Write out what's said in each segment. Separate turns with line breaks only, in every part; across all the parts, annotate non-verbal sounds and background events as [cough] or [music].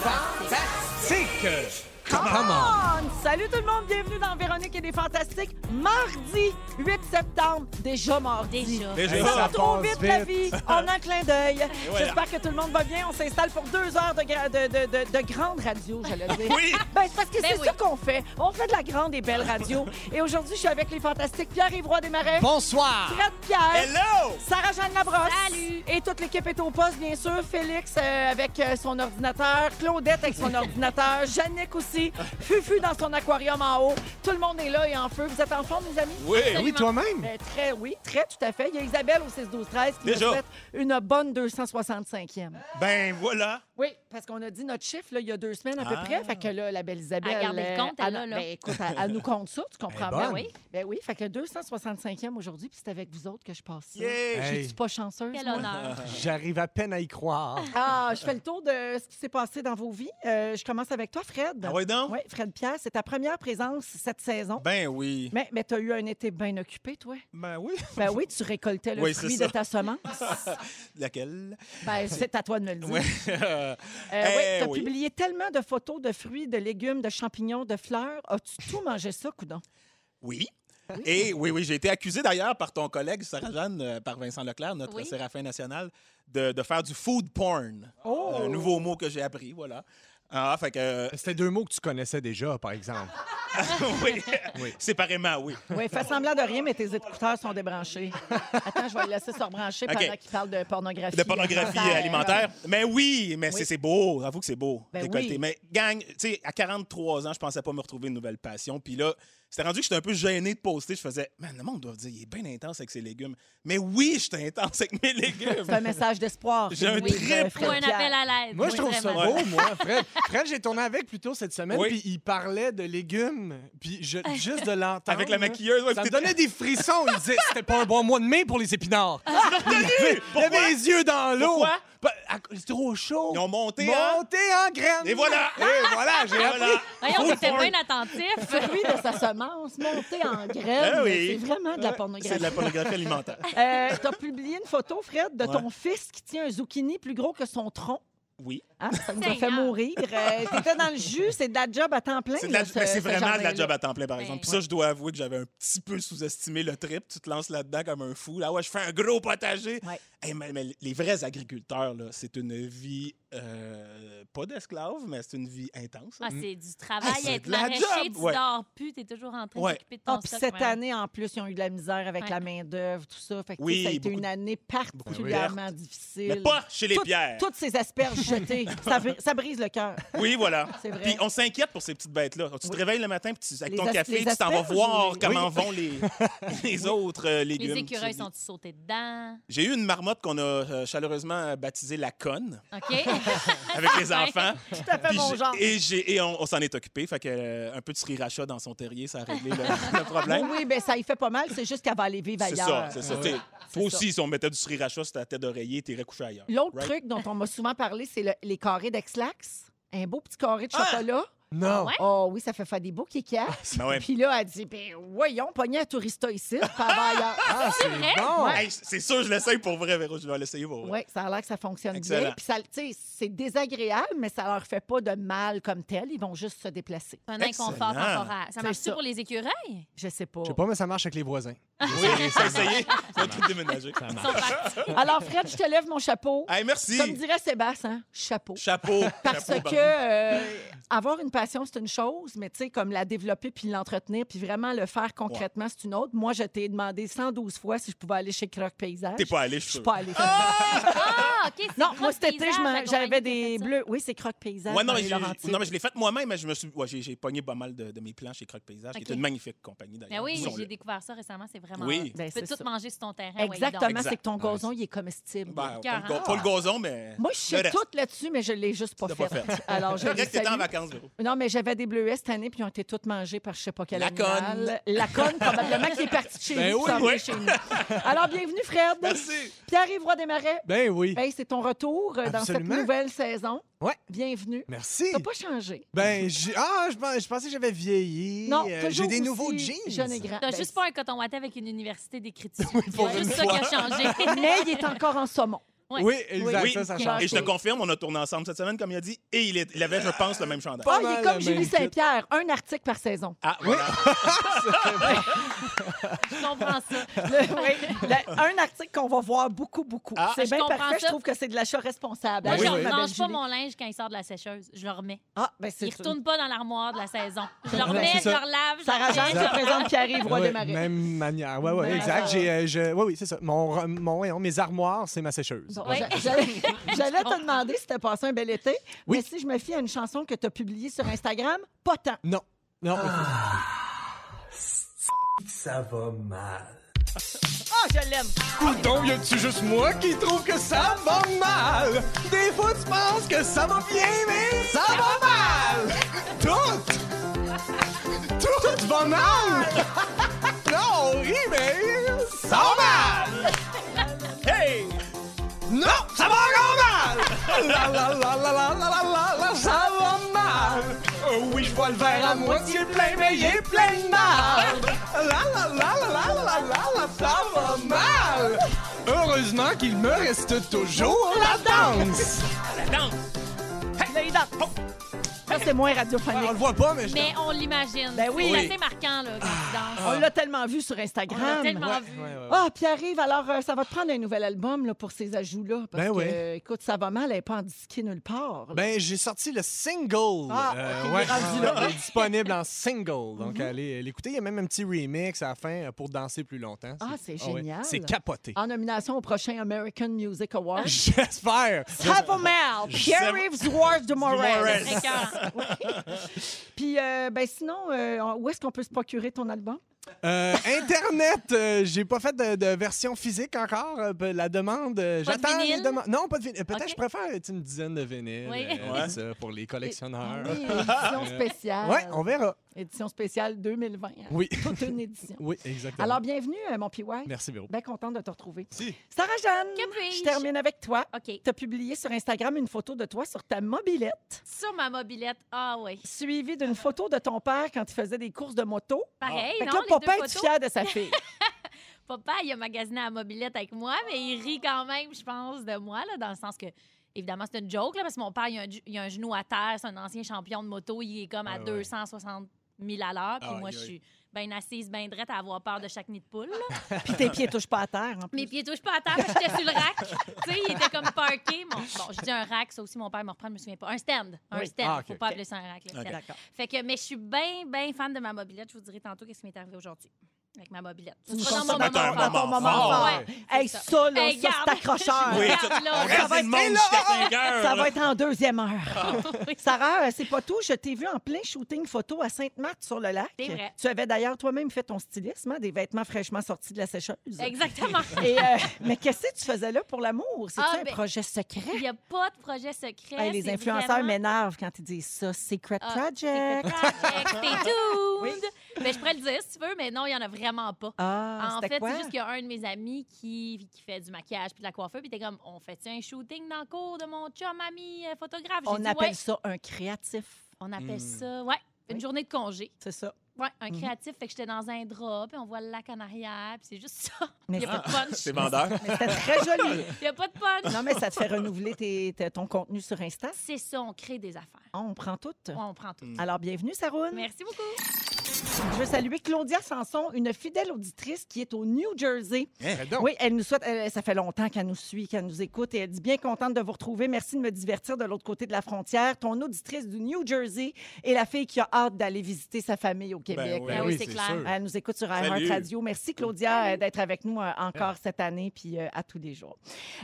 Fantastique!
Come on! Salut tout le monde, bienvenue dans Véronique et les Fantastiques. Mardi 8 septembre, déjà mardi.
Déjà.
Déjà,
Ça va
ça
trop
passe
vite, la
vite.
vie. On a un clin d'œil.
voilà.
J'espère que tout le monde va bien. On s'installe pour deux heures de, gra- de, de, de- de grande radio, j'allais
[laughs]
dire.
Oui.
Ben, c'est parce que
Ben
c'est
oui.
ça qu'on fait. On fait de la grande et belle radio. Et aujourd'hui, je suis avec les fantastiques Pierre-Yves Roy Desmarais,
Bonsoir!
Fred Pierre,
Hello!
Sarah-Jeanne Labrosse.
Salut.
Et toute l'équipe est au poste, bien sûr. Félix euh, avec euh, son ordinateur, Claudette avec [laughs] son ordinateur, Jannick aussi, Fufu dans son aquarium en haut. Tout le monde est là et en feu. Vous êtes en forme, les amis?
Oui!
Oui, toi-même!
Euh, très, oui, très, tout à fait. Il y a Isabelle au 6-12-13 qui
Déjà.
nous fait une bonne 265e.
Ben voilà!
Oui, parce qu'on a dit notre chiffre là, il y a deux semaines à peu
Ah.
près. Fait que là, la belle Isabelle.
Elle garde le compte, elle, là, là.
ben, écoute, elle, elle nous compte ça, tu comprends
Elle est
bien.
bonne.
oui. Ben oui, fait que 265e aujourd'hui, puis c'est avec vous autres que je passe ça.
Yeah!
Hey.
Je suis pas chanceuse.
Quel
moi? euh,
honneur. [laughs]
J'arrive à peine à y croire.
Ah, je fais le tour de ce qui s'est passé dans vos vies. Euh, je commence avec toi, Fred.
Ah ouais donc?
Oui, Fred Pierre, c'est ta première présence cette saison.
Ben oui!
Mais, mais tu as eu un été bien occupé, toi.
Ben oui! [laughs]
Ben oui, tu récoltais le
Oui, c'est
fruit
ça.
de ta semence.
Laquelle?
[laughs] Ben, c'est à toi de me le dire.
Ouais.
Euh, oui,
Eh
tu as
oui.
publié tellement de photos de fruits, de légumes, de champignons, de fleurs. As-tu tout mangé ça, coudon?
oui! Et oui, oui, j'ai été accusé d'ailleurs par ton collègue Sarah-Jeanne, euh, par Vincent Leclerc, notre
Oui.
séraphin national, de, de faire du food porn. Un nouveau mot que j'ai appris, voilà. Ah, fait que. [laughs]
C'était deux mots que tu connaissais déjà, par exemple.
oui.
Oui.
Séparément, oui.
Oui, fais semblant de rien, mais tes écouteurs sont débranchés. Attends, je vais le laisser se rebrancher
OK.
pendant qu'il parle de pornographie. Ben,
De pornographie euh, alimentaire. Mais oui, mais
Oui.
c'est- c'est beau. Avoue que c'est beau.
Ben
récolter.
oui.
Mais gang, tu sais, à 43 ans, je pensais pas me retrouver une nouvelle passion. Puis là, c'était rendu que j'étais un peu gêné de poster. Je faisais, man, le monde doit dire, il est bien intense avec ses légumes. Mais oui, j'étais intense avec mes légumes.
C'est un message d'espoir.
J'ai un
Oui, de
trip.
Fred
Ou un
Pierre.
appel à l'aide.
Moi, je
Oui,
trouve ça
vraiment.
beau, moi. Fred, Fred j'ai tourné avec plus tôt cette semaine,
Oui.
puis il parlait de légumes, puis je- juste de l'entendre.
Avec la
là,
maquilleuse, ouais,
ça me
puis
donnait des frissons. Il disait c'était pas un bon mois de mai pour les épinards. Il avait- il avait les yeux dans l'eau.
Pourquoi?
Ben, à- C'est trop chaud.
Ils ont monté, hein?
Monté en graines.
Et voilà.
Et voilà, j'ai
Voilà.
appris.
Voyons,
Food
t'étais
porn.
bien
[laughs]
attentif.
Fruit de sa semence, monté en graines.
Ben oui.
C'est vraiment de la
C'est
pornographie.
de la pornographie alimentaire.
Euh, T'as publié une photo, Fred, de
Ouais.
ton fils qui tient un zucchini plus gros que son tronc.
Oui.
Hein, ça nous a
Seigneur.
fait mourir. Euh, T'étais dans le jus, c'est de la job à temps plein.
C'est de la-
là, ce-
mais c'est
cette
vraiment de la
journée-là.
job à temps plein, par
Ben,
exemple. Puis ça, je dois avouer que j'avais un petit peu sous-estimé le trip. Tu te lances là-dedans comme un fou. Là, ouais, je fais un gros potager.
Ouais.
Hey, mais, mais les vrais agriculteurs, là, c'est une vie, euh, pas d'esclave, mais c'est une vie intense.
Ah,
Mm.
c'est du
Ah,
travail,
c'est
être
de la
maraîcher,
job,
tu
ouais.
dors plus, t'es toujours en train
Ouais.
d'occuper de
Ah,
ton
puis
stock.
cette
ouais.
année, en plus, ils ont eu de la misère avec
Ouais.
la main-d'œuvre, tout ça. Fait que, tu sais,
Oui,
ça a été
beaucoup
une
de-
année particulièrement difficile.
mais pas chez les
Ah, Tout-
pierres.
Toutes ces asperges jetées, ça, bri- ça brise le cœur.
[laughs] Oui, voilà.
[laughs] C'est vrai.
Puis on s'inquiète pour ces petites bêtes-là. Tu te réveilles le matin, puis tu- avec
Les
ton
as-
café,
les
tu t'en vas
asperges ou
voir
les-
comment vont
[laughs]
les, les autres euh, légumes.
Les écureuils
Tu-
sont-ils sautés dedans?
J'ai eu une marmotte qu'on a euh, chaleureusement baptisée la conne
OK?
[laughs]
[laughs]
Ah,
avec les enfants.
Tout à fait
Puis
mon
j'ai-
genre.
Et, j'ai- et on, on s'en est occupé. Fait que, euh, un peu de sriracha dans son terrier, ça a réglé
[laughs]
le, le
Oui,
problème.
oui, ben ça y fait pas mal, c'est juste qu'elle va aller vivre
C'est
ailleurs.
ça, c'est ça.
Ouais.
T'sais,
C'est
Toi
ça.
aussi, si on mettait du sriracha sur ta tête d'oreiller, t'irais coucher ailleurs.
L'autre
Right?
truc dont on m'a souvent parlé, c'est le- les carrés d'Exlax. Un beau petit carré de
Ah!
chocolat.
Non.
Ouais?
Oh oui, ça fait faire des beaux kékés.
Ben ouais.
Puis là, elle dit, ben voyons, pogner un tourista ici, puis elle va ailleurs.
Ah, c'est bon.
Hey, c'est sûr, je l'essaye pour vrai, Véro. Je vais l'essayer pour vrai.
Oui, ça a l'air que ça fonctionne bien.
Excellent.
Puis, ça, tu sais, c'est désagréable, mais ça leur fait pas de mal comme tel. Ils vont juste se déplacer.
C'est un inconfort
Excellent.
temporaire. Ça
C'est
marche-tu
ça.
pour
[laughs]
les écureuils?
Je sais pas.
Je sais pas, mais ça marche avec les voisins.
Oui, j'ai essayé. C'est un truc déménager.
Ils sont partis.
[laughs]
Alors, Fred, je te lève mon chapeau.
Hey, merci.
Comme dirait Sébastien, hein, chapeau.
Chapeau.
[laughs]
ben,
Parce
Chapeau,
que
Barbie.
euh, avoir une passion, c'est une chose, mais tu sais, comme la développer puis l'entretenir puis vraiment le faire concrètement, c'est une autre. Moi, je t'ai demandé 112 fois si je pouvais aller chez Croque Paysage.
T'es pas allé, je
Je
suis
suis
sûr.
pas allée.
Ah, OK. c'est
Non,
Croque
moi, cet été,
Paysage,
je m'en-
la compagnie
j'avais
qui a
des
fait ça.
bleus. Oui, c'est Croque Paysage.
Ouais, non,
dans
mais
les
j'ai-
Laurentides.
non, mais je l'ai faite moi-même, mais je me suis, ouais, j'ai, j'ai pogné pas mal de, de mes plans chez Croque Paysage, qui
Ok.
est une magnifique compagnie
Mais
d'ailleurs.
Ben oui,
Disons-le.
j'ai découvert ça récemment. C'est vraiment.
Oui.
hot.
Ben,
tu peux
c'est
tout
ça.
manger sur ton terrain. ouais, donc.
Exactement,
Ah Exact.
c'est que ton
Ouais,
gazon, il est comestible.
Ben, pas, le
Écœurant.
ga- pas le gazon, mais.
hein. Moi, je
le
sais
reste.
tout là-dessus, mais je ne l'ai juste pas
Tu
fait.
l'as pas fait.
Alors, je
Le
les
reste, t'étais en
salue.
vacances, Véro.
Non, mais j'avais des bleuets cette année, puis ils ont été toutes mangés par je sais pas quel
La
animal. La conne, probablement, qui est partie de chez
[laughs] Ben
nous. qui
oui,
s'en venait
oui.
chez nous. Alors, bienvenue, Fred.
Merci.
Pierre-Yves des Marais.
Ben oui.
Hey, c'est ton retour euh, dans cette
Absolument.
nouvelle saison.
Ouais.
Bienvenue.
Merci.
T'as pas changé.
Ben, j'ai- ah, je, pens- je pensais que j'avais vieilli.
Non,
Euh,
toujours
J'ai des
aussi
nouveaux jeans.
Jeune et grand.
T'as
Ben,
juste pas un coton watté avec une université d'écriture.
pour
C'est
une
juste ça qui a
[laughs]
changé.
[laughs]
[laughs]
Mais il est encore en saumon.
Ouais.
Oui, exact,
Oui.
ça, ça
Oui.
change.
Et je te
Ok.
confirme, on a tourné ensemble cette semaine, comme il a dit, et il, est- il avait, je pense, le même chandail.
Pas
ah, il est
mal la
comme Julie
même
Saint-Pierre, un article par
[laughs]
saison.
Ah, voilà.
Je comprends ça.
Le- oui, le- un article qu'on va voir beaucoup, beaucoup.
Ah,
c'est
je
bien
comprends
parfait. Je
ça.
trouve que c'est de l'achat responsable.
Moi,
Ah Oui,
je
oui.
ne
Ma belle
mange pas
Julie.
mon linge quand il sort de la sécheuse. Je le remets.
Ah, ben c'est
Il ne retourne pas dans l'armoire de la saison. Je le
Ah Non,
remets,
c'est
je
ça.
le relave. je
Sarah
le
Jeanne
remets,
se présente Pierre-Yves Roy
Ouais,
des Marais.
même manière. Ouais, ouais,
Même
exact.
affaire.
J'ai, euh, je- ouais, oui, c'est ça. Mon, re- mon, voyons, mes armoires, c'est ma sécheuse.
Bon,
Oui.
j'a- J'allais [laughs] j'allais te demander si t'as passé un bel été,
Oui.
mais si je me fie à une chanson que t'as publiée sur Instagram, pas tant.
Non. Non.
Ah.
Ça va mal.
Ah, je l'aime.
Coudon, y a-tu juste moi qui trouve que ça va mal? Des fois, tu penses que ça va bien, mais ça va mal! Tout! Tout va mal! Non, on rit, mais ça va mal!
Hey!
Non, ça va encore mal! La la la la la la la la, ça va mal! Oh oui, je vois le verre à moitié plein, mais il est plein de mal! La la la la la la la la, ça va mal! Heureusement qu'il me reste toujours la danse!
Attends!
Ça, c'est moins
On
radiophonique.
le voit pas, mais je...
Mais on l'imagine.
Ben oui.
C'est assez marquant là, quand tu danses.
Ah.
On l'a tellement vu sur
On l'a
Instagram.
tellement
Ouais,
vu.
ouais, ouais, ouais.
Ah, Pierre-Yves, alors, euh, ça va te prendre un nouvel album là, pour ces ajouts-là. Parce
Ben
que,
oui.
euh, écoute, ça va mal, elle n'est pas en disque nulle part. là.
Ben, j'ai sorti le single. Euh,
Ah, ok, il est rendu là.
[laughs]
Mhm.
il est disponible en single. Donc, allez euh, l'écouter. Il y a même un petit remix à la fin euh, pour danser plus longtemps.
ah, c'est
ouais.
génial. Ah.
C'est capoté.
En nomination au prochain American Music Award.
[laughs] J'espère.
Have a mouth! Pierre-Yves Ward de Morel.
Morel.
C'est écœurant.
Puis, euh, ben sinon, euh, où est-ce qu'on peut se procurer ton album?
Euh, Internet, euh, j'ai pas fait de, de version physique encore. Euh, ben, la demande, euh,
Pas de
j'attends les
vinyle?
demandes. Non, pas de vinyle. Euh, Peut-être
Ok.
je préfère euh, une dizaine de vinyles
Oui.
euh,
Ouais.
ça, pour les collectionneurs.
Oui, édition spéciale.
[laughs] Ouais, on verra.
Édition spéciale 2020. hein.
Oui.
Toute une
[laughs]
édition.
Oui, exactement.
Ben,
Alors, bienvenue, euh, mon PY.
Merci, Véro.
Bien contente de te retrouver.
Si.
Sarah-Jeanne,
Que puis-je?
je termine avec toi.
OK.
Tu as publié sur Instagram une photo de toi sur ta mobilette,
Sur ma mobilette, ah oui.
suivie d'une photo de ton père quand il faisait des courses de moto.
Pareil,
Ah. Ben,
fait que
non,
là,
les
papa
deux
est
photos.
fier de sa
[laughs]
fille.
Papa, il a magasiné à la mobilette avec moi, mais il rit quand même, je pense, de moi, là, dans le sens que, évidemment, c'est une joke, là, parce que mon père, il a, un, ju- il a un genou à terre, c'est un ancien champion de moto, il est comme à
Ah Ouais, ouais.
260 000 à l'heure, puis
Aïe,
moi, je
aïe.
suis bien assise, bien drette à avoir peur de chaque nid de poule. là.
Puis tes pieds touchent pas à terre. hein. en plus.
Mes pieds touchent pas à terre, parce que j'étais sur le rack. tu sais, il était comme parké. Mon- Bon, je dis un rack, ça aussi, mon père me reprend, je me souviens pas. Un stand. Un
Oui.
stand.
Ah, OK.
Faut pas
OK.
appeler ça un rack, là, stand.
D'accord.
Fait que, mais je suis bien, bien fan de ma mobilette. Je vous dirai tantôt qu'est-ce qui m'est arrivé aujourd'hui avec ma mobilette. Ce
Une
sera
chanson
de
moment
Attends,
fort.
un moment
moment
fort.
Ah,
Ah
fort.
Ouais, c'est
Hey, ça, là,
Hey,
ça, c'est
garde.
accrocheur.
Oui,
Regarde,
tu-
là,
on
ça
reste
va
le
être
monde jusqu'à 5 heures.
Ça va
là.
être en deuxième
Ah.
heure. [laughs] Sarah, euh, c'est pas tout. Je t'ai vu en plein shooting photo à Sainte-Marthe sur le lac.
C'est vrai.
Tu avais d'ailleurs toi-même fait ton stylisme, hein, des vêtements fraîchement sortis de la sécheuse.
Exactement.
Et, euh, [laughs] mais qu'est-ce que tu faisais là pour l'amour? C'est-tu
Ah,
un
ben,
projet secret?
Il n'y a pas de projet secret.
Hey, les
c'est
influenceurs
vraiment-
m'énervent quand ils disent ça. Secret
Ah,
project.
Project,
[laughs]
t'es doomed. Ben, je pourrais le dire si tu veux, mais non, il n'y en a vraiment pas.
Ah,
en
c'était
fait,
quoi?
c'est juste qu'il y a un de mes amis qui, qui fait du maquillage puis de la coiffeur, puis t'es comme, on fait un shooting dans le cours de mon chum, ami euh, photographe. J'ai
On
dit,
appelle
ouais.
ça un créatif.
on appelle
Hmm.
ça, ouais,
Oui.
une
Mhm.
journée de congé.
C'est ça.
Ouais, un créatif, fait que j'étais dans un drap, puis on voit le lac en arrière, puis c'est juste ça.
[laughs] Mais
Il n'y a pas de
C'est
punch.
vendeur.
Mais c'était très
[laughs]
joli.
Il n'y a pas de punch.
Non, mais ça te fait renouveler tes- tes- ton contenu sur Insta.
C'est ça, on crée des affaires.
On prend tout.
On prend tout.
Hmm. Alors, bienvenue, Saroune.
Merci beaucoup.
Je veux saluer Claudia Sanson, une fidèle auditrice qui est au New Jersey.
Ben donc.
Oui, elle nous souhaite, elle- ça fait longtemps qu'elle nous suit, qu'elle nous écoute et elle dit bien contente de vous retrouver. Merci de me divertir de l'autre côté de la frontière. Ton auditrice du New Jersey est la fille qui a hâte d'aller visiter sa famille au Québec. Ah
oui.
Ben oui, c'est clair.
sûr.
Elle nous écoute sur iHeart Radio. Merci, Claudia, euh, d'être avec nous euh, encore cette année puis euh, à tous les jours.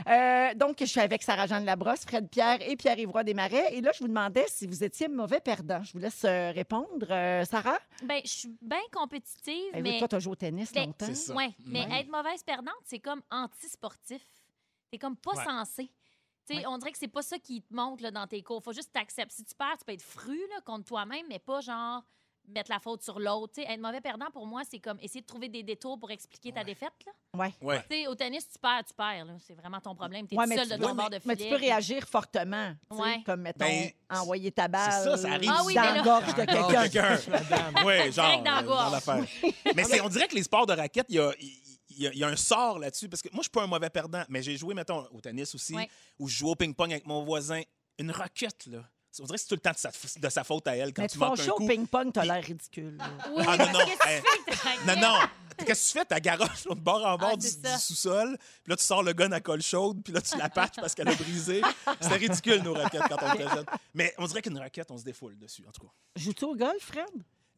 Euh, donc, je suis avec Sarah-Jeanne Labrosse, Fred Pierre et Pierre-Yvroy Desmarais. Et là, je vous demandais si vous étiez mauvais perdant. Je vous laisse euh, répondre. Euh, Sarah,
Ben, je suis bien compétitive,
Eh oui,
mais.
toi, tu as joué au tennis
Ben,
longtemps.
C'est ça.
Ouais, mais être mauvaise perdante, c'est comme anti-sportif. C'est comme pas
Ouais.
censé. Tu sais, On dirait que c'est pas ça qui te montre là, dans tes cours. Faut juste t'accepter. Si tu perds, tu peux être fru là, contre toi-même, mais pas genre mettre la faute sur l'autre. Tu sais, Être mauvais perdant, pour moi, c'est comme essayer de trouver des détours pour expliquer ta défaite. Là.
Ouais.
Ouais.
Tu sais, Au tennis, tu perds, tu perds. là. C'est vraiment ton problème. T'es
Ouais,
tout
mais
seul
tu
de
peux-
ton bord de filet.
Mais tu peux réagir fortement, tu sais,
Ouais.
comme, mettons,
Ben,
envoyer ta balle
ça, ça arrive.
Ah oui,
dans
mais
la
là-
gorge de
Dans
quelqu'un.
Oui, genre.
Direct dans la
euh,
gorge.
l'affaire. Mais c'est- on dirait que les sports de raquette, il y a, il y a- il y a un sort là-dessus. Parce que moi, je suis pas un mauvais perdant, mais j'ai joué, mettons, au tennis aussi,
Ouais.
ou je joue au ping-pong avec mon voisin. Une raquette, là. On dirait que c'est tout le temps de sa, de sa faute à elle quand
Mais
tu
tu
manques
fais
un
chaud au
coup.
ping-pong, t'as l'air ridicule. là.
Oui,
Ah, non,
parce
non,
que qu'est-ce que tu fais?
Non,
T'es
non. Qu'est-ce que tu fais? T'as garoche l'autre bord en bord
Ah,
du,
c'est ça.
du sous-sol. Puis là, tu sors le gun à colle chaude. Puis là, tu la patches parce qu'elle a brisé. C'était ridicule, nos raquettes, quand on était jeunes. Mais on dirait qu'une raquette, on se défoule dessus, en tout cas.
Joues-tu au golf, Fred?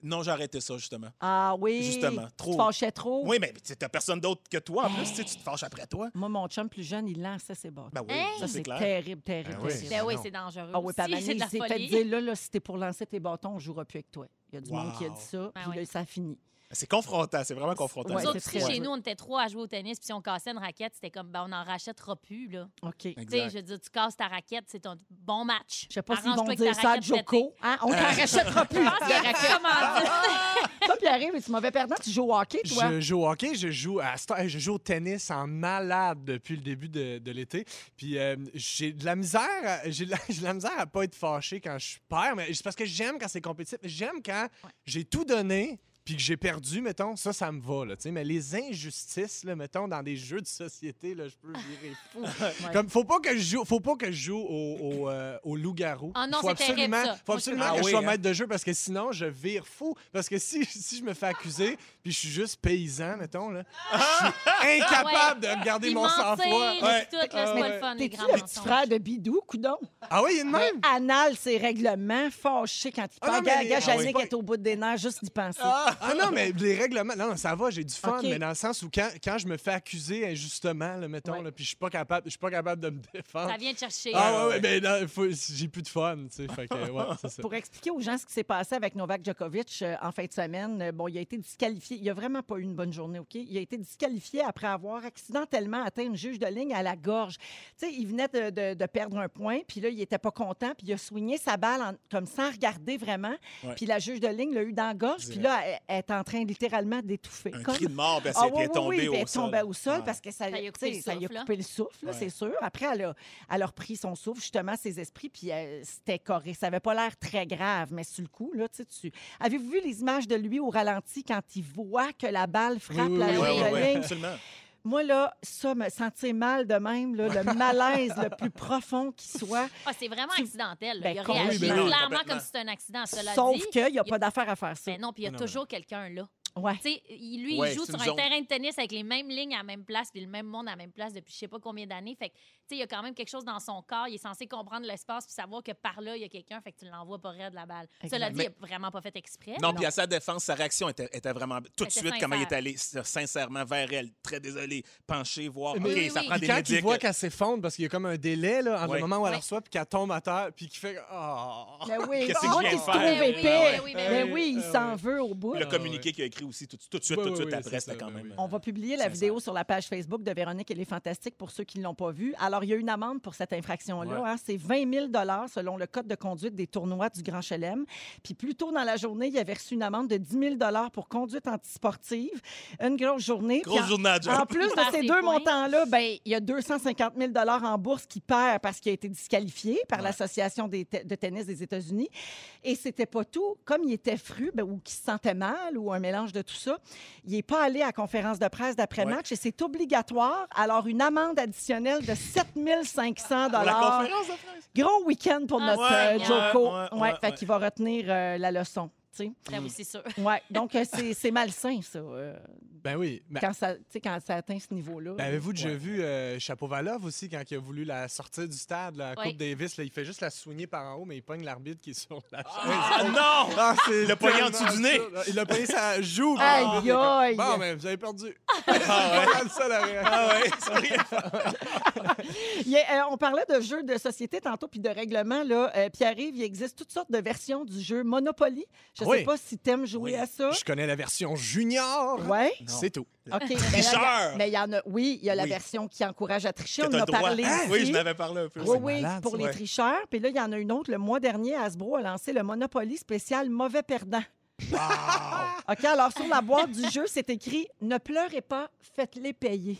Non, j'ai arrêté ça, justement.
Ah oui.
Justement,
Tu te
trop.
fâchais trop.
Oui, mais tu sais, t'as personne d'autre que toi. En plus, tu sais, tu te fâches après toi.
Moi, mon chum plus jeune, il lançait ses bottes.
Ben oui,
Hey!
ça,
ça,
c'est
c'est
clair.
terrible, terrible.
Ben oui.
terrible.
Ben oui,
Non.
c'est dangereux.
Ah oui,
aussi,
Pamani,
c'est de
il
la
s'est fait
folie.
dire, là, là, si t'es pour lancer tes bâtons, on jouera plus avec toi. Il y a du monde qui a
Wow.
dit ça,
Ben
puis là,
oui.
ça finit.
C'est confrontant, c'est vraiment confrontant.
Ouais,
Nous
c'est
autres,
très
ici,
vrai.
chez nous, on était trois à jouer au tennis, puis si on cassait une raquette, c'était comme, ben, on n'en rachètera plus, là.
OK.
Tu sais,
Exact.
je veux dire, tu casses ta raquette, c'est ton bon match.
Je sais pas s'ils
Arrange-toi
vont
avec
dire
ta
ça à
raquette pétée.
Joko. Hein?
Euh.
On t'en rachètera plus.
Je pense qu'il aurait
[laughs]
commandé.
Toi, Pierre, tu mauvais perdant, tu joues au hockey, toi.
Je joue au hockey, je joue, à cette heure, je joue au tennis en malade depuis le début de, de l'été. Puis euh, j'ai de la misère, à- j'ai de, la- [laughs] j'ai de la misère à pas être fâché quand je perds, mais c'est parce que j'aime quand c'est compétitif. J'aime quand j'ai tout donné puis que j'ai perdu, mettons, ça, ça me va, là, tu sais. Mais les injustices, là, mettons, dans des jeux de société, là, je peux virer fou. Comme, faut pas que je joue, faut pas que je joue au, au, euh, au loup-garou.
Ah non,
faut
c'est terrible,
absolument,
ça.
Faut
Moi, je
absolument
peux
que
pas.
je
Ah
sois
oui, hein?
maître de jeu parce que sinon, je vire fou. Parce que si, si je me fais accuser, puis je suis juste paysan, mettons, là, je suis incapable de garder
Puis
mon sang-froid.
mentir,
Ouais.
et tout, Ah! là, c'est pas
Ah Ouais.
le fun, les
T'es-tu
grands
le petit
mensonges.
frère de Bidou, coudon? Hein?
Ah oui, il est de même?
Anal, c'est règlement, fâché quand il
Ah non,
parle.
mais-
Gars, gars,
ah oui.
Jannick est au bout des nerfs, juste d'y penser.
Ah non, mais les règlements, non, non, ça va, j'ai du fun,
Ok.
mais dans le sens où quand, quand je me fais accuser injustement, là, mettons,
Ouais.
là, puis je suis pas capable, je suis pas capable de me défendre.
Ça vient te chercher.
Ah ouais, ouais, mais non, faut- j'ai plus de fun, tu sais. Fait que, ouais, c'est ça.
Pour expliquer aux gens ce qui s'est passé avec Novak Djokovic euh, en fin de semaine, euh, bon, il a été disqualifié. Il a vraiment pas eu une bonne journée, OK? Il a été disqualifié après avoir accidentellement atteint une juge de ligne à la gorge. Tu sais, il venait de, de- de perdre un point, puis là, il était pas content, puis il a soigné sa balle en- comme sans regarder vraiment.
Ouais.
Puis la juge de ligne l'a eu dans la gorge, puis là, elle, elle est en train littéralement d'étouffer.
Un
Comme-
cri de mort, ben, puis elle
Ah
s'est
oui,
puis elle est
oui,
tombée
oui, puis
au
elle
sol.
tombait au sol
Ouais.
parce que ça,
Ça lui a
tu sais,
coupé le
ça lui a
souffle, hein? là.
coupé le souffle, là,
Ouais.
c'est sûr. Après, elle a, elle a repris son souffle, justement, ses esprits, puis euh, c'était correct. Ça avait pas l'air très grave, mais sur le coup, là, tu sais, tu... Avez-vous vu les images de lui au ralenti quand il voit que la balle frappe
oui,
la
oui,
ligne
Ouais,
oui,
ouais,
de
ouais,
ligne?
absolument.
Moi, là, ça, me sentir mal de même, là, le malaise
[laughs]
le plus profond qui soit,
Ah, c'est vraiment
Tu-
accidentel. là.
Ben,
il a
con-
réagi
oui, ben non,
clairement
complètement.
comme si c'était un accident. Cela
sauf
dit,
qu'il n'y a
il-
pas d'affaire à faire ça.
ben non, puis il y a toujours quelqu'un là.
Ouais.
Tu sais, il- lui,
Ouais,
il joue
c'est
sur
une
un
zone.
terrain de tennis avec les mêmes lignes à la même place, puis le même monde à la même place depuis je sais pas combien d'années. Fait que, tu sais, il y a quand même quelque chose dans son corps. Il est censé comprendre l'espace, puis savoir que par là, il y a quelqu'un, fait que tu l'envoies pas raide la balle.
Exact.
Cela dit,
Mais-
il a vraiment pas fait exprès.
Non, puis à sa défense, sa réaction était, était vraiment. Tout de
Était
suite, comment il est
sincère.
allé, s- sincèrement, vers elle. Très désolé, penché, voir.
Mais-
OK,
Oui,
ça
oui.
prend
Puis
des
quand tu
médics.
vois qu'elle s'effondre, parce qu'il y a comme un délai là, entre
Ouais.
le moment où elle
Ouais.
reçoit puis qu'elle tombe à terre, puis qu'il fait Ah!
Ben oui,
Qu'est-ce que je
moi qui
viens
se
de
trouve
faire?
Ben oui, ben
épais,
oui, ben
ben
oui.
oui, il
Ah
s'en
ouais.
veut au bout.
Le
Ah,
communiqué qu'il a écrit aussi tout, tout de suite,
Ouais,
tout de
ouais,
suite
ouais, c'est
après, c'était
ça,
quand
ben
même.
oui.
euh,
On va publier la
Sincère.
vidéo sur la page Facebook de Véronique et les Fantastiques pour ceux qui ne l'ont pas vue. Alors, il y a une amende pour cette infraction-là.
Ouais.
hein. C'est 20 000 selon le code de conduite des tournois du Grand Chelem. Puis plus tôt dans la journée, il avait reçu une amende de 10 000 pour conduite antisportive. Une grosse journée. Puis
Grosse
en-
journée à job.
En plus de
Par
ces
ses
deux
points.
montants-là, ben, il y a 250 000 en bourse qu'il perd parce qu'il a été disqualifié par
Ouais.
l'Association des te- de tennis des États-Unis. Et c'était pas tout. Comme il était fru ben, ou qu'il se sentait mal ou un mélange de tout ça, il n'est pas allé à la conférence de presse d'après-match et c'est obligatoire. Alors, une amende additionnelle de 7 500
Pour la conférence de presse.
Gros week-end pour
Ah,
notre
ouais,
euh,
ouais,
Joko.
ouais,
Ouais,
ouais,
fait
ouais.
qu'il va retenir euh, la leçon. tu sais.
Ben oui, c'est sûr.
Ouais, donc euh, c'est c'est malsain, ça, euh,
Ben oui. Mais
quand, ça tu sais, quand ça atteint ce niveau-là.
ben, avez-vous déjà vu euh, Chapovalov aussi, quand il a voulu la sortir du stade, la
Oui.
Coupe Davis, là, il fait juste la soigner par en haut, mais il pogne l'arbitre qui est sur la
Ah non!
[laughs] Ah, c'est
Il l'a pogné en
tellement
dessous du nez.
absurde. Il a pogné sa joue.
Aïe,
puis l'arbitre
aïe.
est comme, Bon, mais vous avez perdu. [laughs]
Ah ouais?
Regarde ça, la réaction.
Ah ouais, c'est vrai.
Il y a, euh, on parlait de jeux de société tantôt, puis de règlement. Là, euh, Pierre-Yves, il existe toutes sortes de versions du jeu Monopoly. Je ne
Oui.
sais pas si t'aimes jouer
Oui.
à ça.
Je connais la version junior.
Ouais. Ah,
C'est tout.
OK. Mais là, il y a-
Tricheur!
Mais il y en a, oui, il y a la
Ah, Oui.
version qui encourage à tricher.
Que
On
t'as
en
le
a
droit.
parlé.
Hein? Oui,
ici.
je n'avais parlé un peu.
Oui,
C'est
oui,
malade,
pour
ça.
les
Ouais.
tricheurs. Puis là, il y en a une autre. Le mois dernier, Hasbro a lancé le Monopoly spécial Mauvais perdant. [laughs] OK, alors sur la boîte du jeu, c'est écrit Ne pleurez pas, faites-les payer.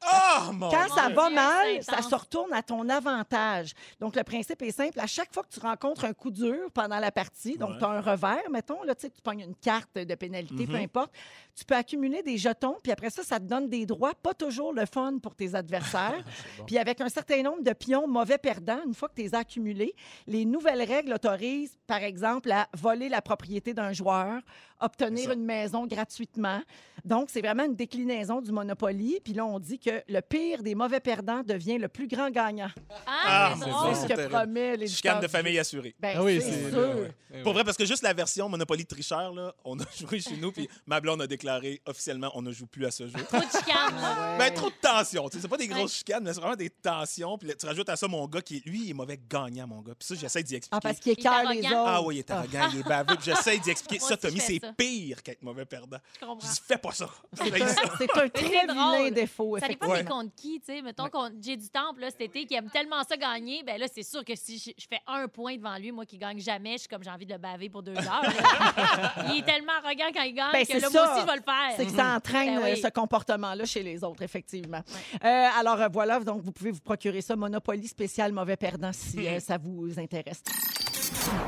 Oh mon
Quand
Dieu!
ça va
Dieu,
mal,
c'est
ça
intense.
se retourne à ton avantage. Donc, le principe est simple. À chaque fois que tu rencontres un coup dur pendant la partie, donc
Ouais.
tu as un revers, mettons, là, tu sais, tu pognes une carte de pénalité, peu importe, tu peux accumuler des jetons, puis après ça, ça te donne des droits, pas toujours le fun pour tes [laughs] adversaires. Puis avec un certain nombre de pions mauvais perdants, une fois que tu les as accumulés, les nouvelles règles autorisent, par exemple, à voler la propriété d'un joueur, obtenir une maison gratuitement. Donc, c'est vraiment une déclinaison du Monopoly. Puis là, on dit que le pire des mauvais perdants devient le plus grand gagnant.
Ah, c'est
c'est
drôle.
C'est
bon.
ce
terrible.
que promet les
Chicane de famille assurée.
Ben,
Ah oui,
c'est
c'est
sûr.
Pour vrai, parce que juste la version Monopoly tricheur, là, on a [laughs] joué chez nous, puis ma blonde a déclaré officiellement on ne joue plus à ce jeu.
Trop de chicane, là.
Mais trop de tension. tu sais, C'est pas des grosses
Ouais.
chicanes, mais c'est vraiment des tensions. Puis là, tu rajoutes à ça mon gars qui, lui, il est mauvais gagnant, mon gars. Puis ça, j'essaie d'y expliquer.
Ah, parce qu'il
Il est
écœure les autres.
arrogant.
Ah oui, il est arrogant, il est baveux. Puis J'essaie d'y expliquer.
Moi
Ça,
aussi, je
Tommy,
fais
c'est
ça.
pire qu'être mauvais perdant.
Je comprends.
Je dis, fais pas ça.
C'est
[laughs]
un- C'est un très
drôle.
vilain défaut,
Ça dépend
effectivement.
des contre qui, tu sais. Mettons contre J'ai du Temple, là, cet été, qui aime tellement ça gagner, ben là, c'est sûr que si je, je fais un point devant lui, moi qui gagne jamais, je suis comme j'ai envie de le baver pour deux heures. là. il est tellement arrogant quand il gagne
Ben,
que
c'est
là,
ça.
moi aussi, je vais le faire.
C'est que ça entraîne
Ben oui.
euh, ce comportement-là chez les autres, effectivement. Euh, alors euh, voilà, donc vous pouvez vous procurer ça, Monopoly spécial mauvais perdant, si
Mm-hmm.
euh, ça vous intéresse.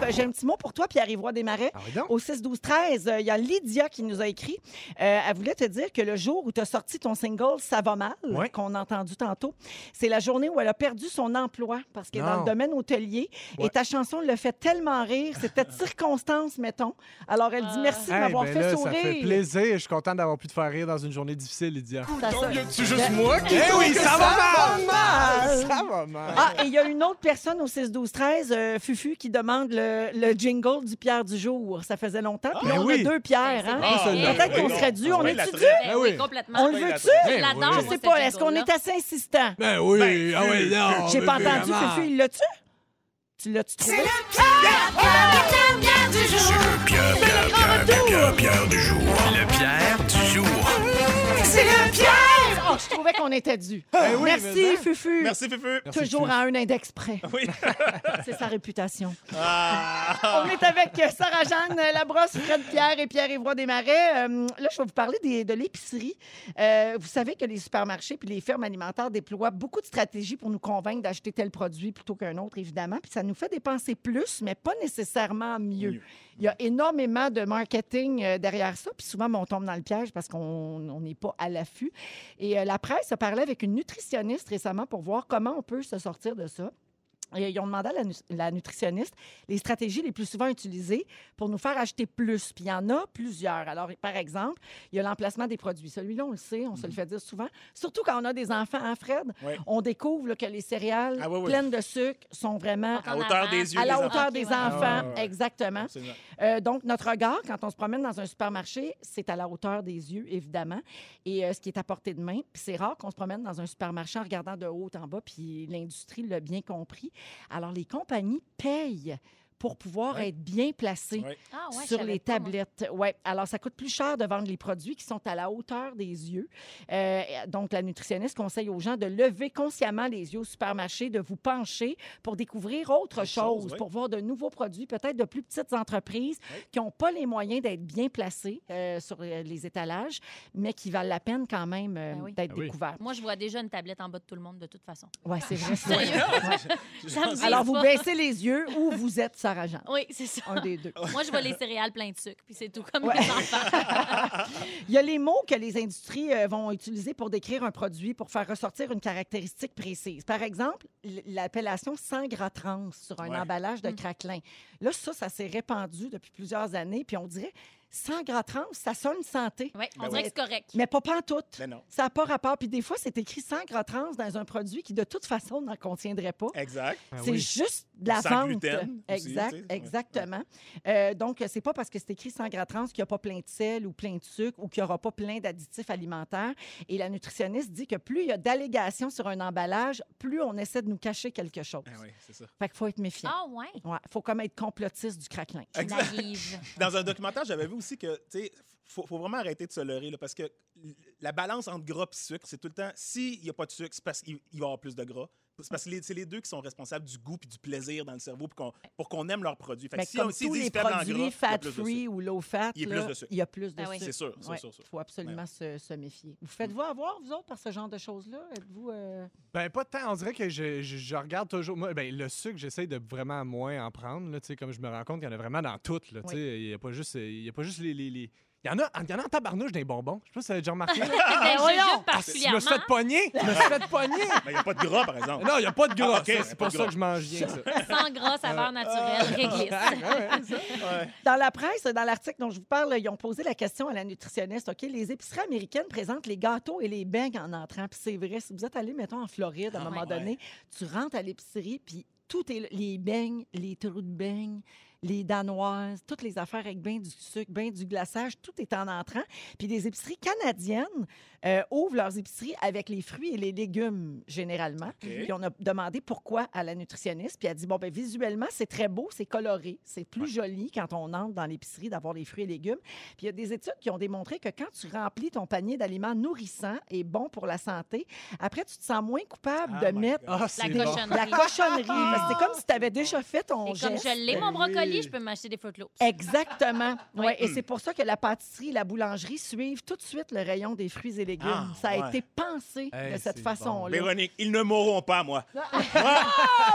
Euh, J'ai un petit mot pour toi, Pierre-Yvois Desmarais.
Ah oui donc?
Au 6-12-13, euh, il y a Lydia qui nous a écrit. Euh, elle voulait te dire que le jour où tu as sorti ton single Ça va mal,
Ouais.
qu'on a entendu tantôt, c'est la journée où elle a perdu son emploi parce qu'elle est dans
Non.
le domaine hôtelier.
Ouais.
Et ta chanson le fait tellement rire.
[laughs]
C'était de circonstance, mettons. Alors elle dit
Ah.
merci de
Hey,
m'avoir
ben
fait
là,
sourire.
Ça fait plaisir. Je suis content d'avoir pu te faire rire dans une journée difficile, Lydia.
Ça, ça-
C'est juste moi qui.
Eh oui, ça va mal!
mal!
[laughs] Ça va mal!
Ah, et il y a une autre personne au 6-12-13, euh, Fufu, qui demande le, le jingle du Pierre du jour. Ça faisait longtemps. Puis
Ben
on
oui.
a deux Pierres,
Ben,
hein?
c'est Ah, vrai.
oui,
Peut-être
oui,
qu'on
non.
serait dû.
Ah
On
oui,
est
la
dû?
traite.
Ben
Ben
oui,
oui.
complètement.
On le
Ben, la
veut-tu?
Ben
Je l'adore,
oui.
Ah, moi,
Je
ce
sais pas. Est-ce qu'on
jingle-là.
est assez insistant?
Ben oui,
Ben,
ah oui, non!
J'ai
mais
pas entendu.
vraiment.
Fufu, il l'a-tu? Tu l'as-tu trouvé? Oh, je trouvais qu'on était dû.
Eh
oui, mais
Merci,
ça.
Fufu.
ben. Merci,
[laughs]
Fufu.
Merci,
Toujours
Fufu.
à un index près.
Oui.
[laughs] C'est sa réputation.
Ah.
On est avec euh, Sarah-Jeanne euh, Labrosse, Fred Pierre et Pierre-Évroy Desmarais. Euh, là, je vais vous parler des- de l'épicerie. Euh, vous savez que les supermarchés puis les fermes alimentaires déploient beaucoup de stratégies pour nous convaincre d'acheter tel produit plutôt qu'un autre, évidemment. Puis ça nous fait dépenser plus, mais pas nécessairement mieux.
Mieux.
Il y a énormément de marketing euh, derrière ça. Puis souvent, ben, on tombe dans le piège parce qu'on on n'est pas à l'affût. Et euh, la presse a parlé avec une nutritionniste récemment pour voir comment on peut se sortir de ça. Et euh, ils ont demandé à la, nu- la nutritionniste les stratégies les plus souvent utilisées pour nous faire acheter plus. Puis il y en a plusieurs. Alors, par exemple, il y a l'emplacement des produits. Celui-là, on le sait, on se le fait dire souvent. Surtout quand on a des enfants, hein, Fred?
Mhm. Ouais.
On découvre là, que les céréales
Ah oui, oui.
pleines de sucre sont vraiment
En
À hauteur
avant.
des yeux.
à la
des
hauteur
enfants.
Ok,
des
ouais.
enfants.
Ah, ouais, ouais.
Exactement.
Absolument.
Euh, donc, notre regard, quand on se promène dans un supermarché, c'est à la hauteur des yeux, évidemment, et euh, ce qui est à portée de main. Puis c'est rare qu'on se promène dans un supermarché en regardant de haut en bas, puis l'industrie l'a bien compris. Alors, les compagnies payent pour pouvoir
Ouais.
être bien placées
Ouais.
Ah ouais, je
sur
savais
les
pas, moi.
tablettes. Ouais. Alors, ça coûte plus cher de vendre les produits qui sont à la hauteur des yeux. Euh, donc, la nutritionniste conseille aux gens de lever consciemment les yeux au supermarché, de vous pencher pour découvrir autre
Autre
chose,
chose, oui.
pour voir de nouveaux produits, peut-être de plus petites entreprises qui n'ont pas les moyens d'être bien placées euh, sur euh, les étalages, mais qui valent la peine quand même euh,
Ben oui.
d'être
Ah oui.
découvertes.
Moi, je vois déjà une tablette en bas de tout le monde, de toute façon. [laughs]
Oui, c'est vrai. ça.
Sérieux?
Ouais.
Ça me dit
Alors, vous
pas.
baissez les yeux où vous êtes, ça Sarah Jeanne.
Oui, c'est ça.
Un des deux.
[laughs] Moi, je vois les céréales pleines de sucre, puis c'est tout comme
Ouais.
les enfants.
Il y a les mots que les industries euh, vont utiliser pour décrire un produit pour faire ressortir une caractéristique précise. Par exemple, l- l'appellation sans gras trans sur un
Ouais.
emballage de
Mm.
craquelin. Là, ça, ça s'est répandu depuis plusieurs années, puis on dirait sans gras trans, ça sonne santé,
Oui, on
Ben
dirait
oui.
que c'est correct.
mais pas pantoute.
Ben [laughs] non.
Ça n'a pas rapport. Puis des fois, c'est écrit sans gras trans dans un produit qui, de toute façon, n'en contiendrait pas.
Exact.
Ah
C'est
oui.
juste de
Ben
la
Sans
vente.
gluten aussi,
exact,
tu sais. Ouais.
exactement. Euh, donc, c'est pas parce que c'est écrit sans gras trans qu'il n'y a pas plein de sel ou plein de sucre ou qu'il n'y aura pas plein d'additifs alimentaires. Et la nutritionniste dit que plus il y a d'allégations sur un emballage, plus on essaie de nous cacher quelque chose.
Ah oui, c'est ça.
Fait qu'il faut être méfiant.
Ah, ouais.
Ouais, faut comme être complotiste du craquelin.
Naïve.
Dans un documentaire, j'avais vu aussi que, tu sais, faut, faut vraiment arrêter de se leurrer, là, parce que l- la balance entre gras et sucre, c'est tout le temps, s'il n'y a pas de sucre, c'est parce qu'il il va y avoir plus de gras. C'est parce que les- c'est les deux qui sont responsables du goût et du plaisir dans le cerveau pour qu'on, pour qu'on aime leurs produits. Fait que
Mais
si on
comme
s'ils
tous
disent
les
faible en gras, il y
produits
a plus de
fat-free
sucre.
ou low-fat,
Il y a
là,
plus de sucre.
il y a plus de
Ah oui.
sucre.
C'est sûr, c'est Mm.
Ouais,
sûr, sûr.
faut absolument se, se méfier. Vous faites-vous avoir, vous autres, par ce genre de choses-là? Êtes-vous... euh,
Ben, pas tant. On dirait que je, je- je regarde toujours. Moi, ben, le sucre, j'essaie de vraiment moins en prendre. Là, tu sais, comme je me rends compte qu'il y en a vraiment dans tout. Là, tu sais. Il n'y a pas juste, il y a pas juste les. les, les- Il y en a, il y en a en tabarnouche des bonbons. Je sais pas si vous avez déjà
[laughs]
remarqué. là.
Ben, je
voyons!
juge
Ah, je me suis
particulièrement.
fait pogner. Je me suis fait pogner.
Mais il n'y a pas de gras, par exemple.
Non, il n'y a pas de gras.
Ah, ok,
ça,
y a
c'est
pas
pour
de
ça
gras.
que je mange bien ça. [laughs] Ah,
Sans gras, saveur
Ah.
naturelle, réglisse.
Dans la presse, dans l'article dont je vous parle, ils ont posé la question à la nutritionniste. OK, les épiceries américaines présentent les gâteaux et les beignes en entrant. Puis c'est vrai, si vous êtes allé, mettons, en Floride, à un
Ah,
moment
ouais.
donné, tu rentres à l'épicerie, puis tout est là. les beignes, les trous de beignes, les danoises, toutes les affaires avec bien du sucre, bien du glaçage, tout est en entrant. Puis des épiceries canadiennes euh, ouvrent leurs épiceries avec les fruits et les légumes, généralement. Puis on a demandé pourquoi à la nutritionniste. Puis elle a dit, bon, ben visuellement, c'est très beau, c'est coloré, c'est plus joli quand on entre dans l'épicerie d'avoir les fruits et légumes. Puis il y a des études qui ont démontré que quand tu remplis ton panier d'aliments nourrissants et bons pour la santé, après, tu te sens moins coupable
Ah
de
my Ah!
mettre
God.
Ah,
La
c'est bon.
cochonnerie.
la cochonnerie. Parce que c'est comme si tu avais déjà fait ton
Et comme
geste. Eh,
je l'ai, mon brocoli,
Oui.
je peux m'acheter des Fruit Loops.
Exactement.
Oui.
Ouais, Et
Hmm.
c'est pour ça que la pâtisserie et la boulangerie suivent tout de suite le rayon des fruits et légumes.
Ah,
ça a
ouais.
été pensé de
Hey,
cette
c'est
façon-là.
Véronique, ils ne mourront pas, moi.
Ah.
Moi,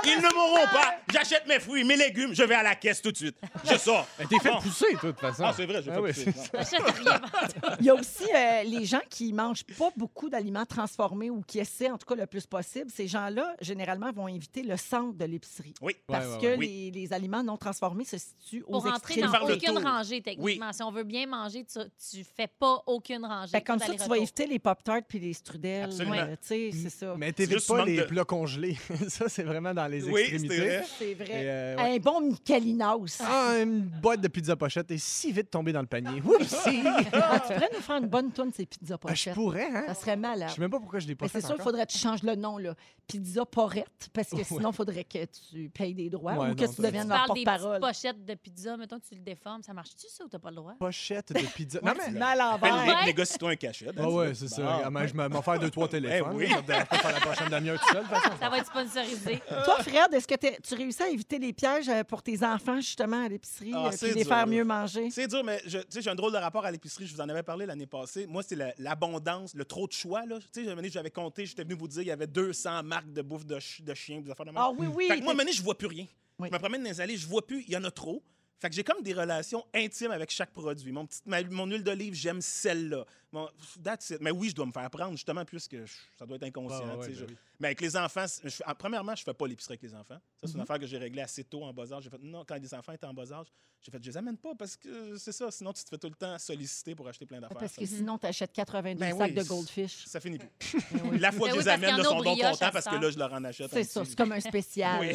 ils ne mourront pas. J'achète mes fruits, mes légumes, je vais à la caisse tout de suite. Je sors.
Ben, T'es fait
Bon.
pousser, toi, de toute façon.
Ah, c'est vrai, j'ai
Ah
fait
oui,
pousser.
c'est
Ouais.
J'achète rien.
[laughs] Il y a aussi euh, les gens qui mangent pas beaucoup d'aliments transformés ou qui essaient, en tout cas, le plus possible. Ces gens-là, généralement, vont éviter le centre de l'épicerie.
Oui.
Parce
Ouais, ouais,
que
ouais.
Les, les aliments non transformés se situent aux
Pour rentrer
extrémités.
dans
Faire le
aucune
tour.
rangée, techniquement. Si on veut bien manger, tu, tu fais pas aucune rangée.
Fait que Ben, comme
Tout
ça, tu vas
aller-retour.
éviter les Pop-Tarts puis les strudels.
Absolument.
euh, tu sais, c'est ça.
Mm. Mais
C'est
t'évites
juste
pas
manque
les
de-
plats congelés. [laughs] ça, c'est vraiment dans les
Oui,
extrémités.
c'était vrai.
C'est vrai.
Et, euh, ouais.
Un bon Michelinos.
Ah, une boîte de pizza pochette est si vite tombée dans le panier. Oupsie!
[laughs] Ah, tu pourrais nous faire une bonne tourne de ces pizzas
Ah, je
pochettes.
pourrais, hein?
Ça serait
Je
malade.
sais même pas pourquoi je l'ai pas
Mais
fait
c'est sûr, il
encore.
faudrait que tu changes le nom, là. Pizza Porrette, parce que sinon, il faudrait que tu payes des droits
Ouais,
ou que
non,
tu
t'as-
deviennes
Tu
leur
parles des petites
porte-parole.
pochettes de pizza, mettons que tu le déformes, ça marche-tu ça ou t'as pas le droit?
Pochette de pizza.
Ouais,
non,
tu
mais...
mets à l'envers.
Appelle-les, négocie-toi un cachet. ben
Ah ouais, c'est ça. Ah, mais Je vais m'en faire deux,
[laughs]
trois téléphones.
oui.
Ça me dérange pas de faire la prochaine demi-heure tout seul. de toute façon.
Ça va
[laughs]
être sponsorisé.
Toi, Fred, est-ce que t'es- tu réussis à éviter les pièges euh, pour tes enfants, justement, à l'épicerie,
Ah,
euh,
c'est
puis les faire
dur.
mieux manger?
C'est dur, mais je- tu sais, j'ai un drôle de rapport à l'épicerie. Je vous en avais parlé l'année passée. Moi, c'est la- l'abondance, le trop de choix. Là. Tu sais, un moment donné, j'avais compté, j'étais venu vous dire, il y avait 200 marques de bouffe de, ch- de chien, des affaires de même.
Ah oui, oui.
Fait que moi, à un
t'es-
moment donné, je vois plus rien.
Oui.
Je me promène dans les allées, je vois plus, il y en a trop. Fait que j'ai comme des relations intimes avec chaque produit. Mon, petit, ma- mon huile d'olive, j'aime celle-là. Mon- that's it. Mais oui, je dois me faire prendre, justement, puisque je- ça doit être inconscient.
Ouais, ouais,
tu sais,
ben
je-
oui.
Mais avec les enfants, c'est- je- en- premièrement, je fais pas l'épicerie avec les enfants. Ça, c'est une affaire que j'ai réglée assez tôt en bas âge. J'ai fait, non, quand les enfants étaient en bas âge, j'ai fait, je les amène pas parce que c'est ça. Sinon, tu te fais tout le temps solliciter pour acheter plein d'affaires.
Parce
Ça,
que sinon, tu achètes 82
Ben
sacs
oui,
de
c'est-
goldfish.
ça finit plus. La fois
Ben
que
oui,
je les
parce qu'il y
amène, là,
en a aux
sont donc
brioches à
contents
cette
parce que
heure.
là, je leur en achète. un
C'est ça,
petit.
c'est comme un spécial.
Oui.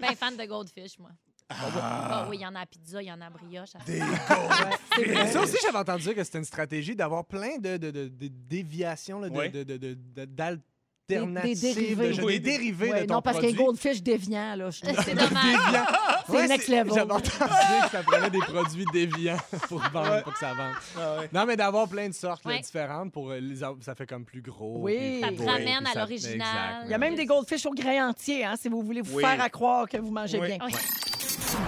Ben, fan de Goldfish, moi. Ah oui, il y en a à pizza, il y en a à brioche. à-
Mais ça aussi, j'avais entendu dire que c'était une stratégie d'avoir plein de, de, de- de déviations, là, de-
Ouais.
de- de- de- de-
Des-
d'alternatives,
des dérivés.
de- de-
Oui,
des dérivés
Ouais,
de ton
non, parce que les
produit.
goldfish déviants, là. je-
C'est dommage.
Déviant.
C'est next level.
J'avais entendu que ça prenait des produits déviants [laughs] pour vendre, pour que ça vende.
Ah ouais.
Non, mais d'avoir plein de sortes là,
Ouais.
différentes pour euh, les av- ça fait comme plus gros.
Oui.
puis plus
Ça te
beau,
ramène
puis
à
ça-
l'original.
Exact,
Il
Il y a même des goldfish au grain entier, hein, si vous voulez vous
Oui.
faire à croire que vous mangez bien.
Oui.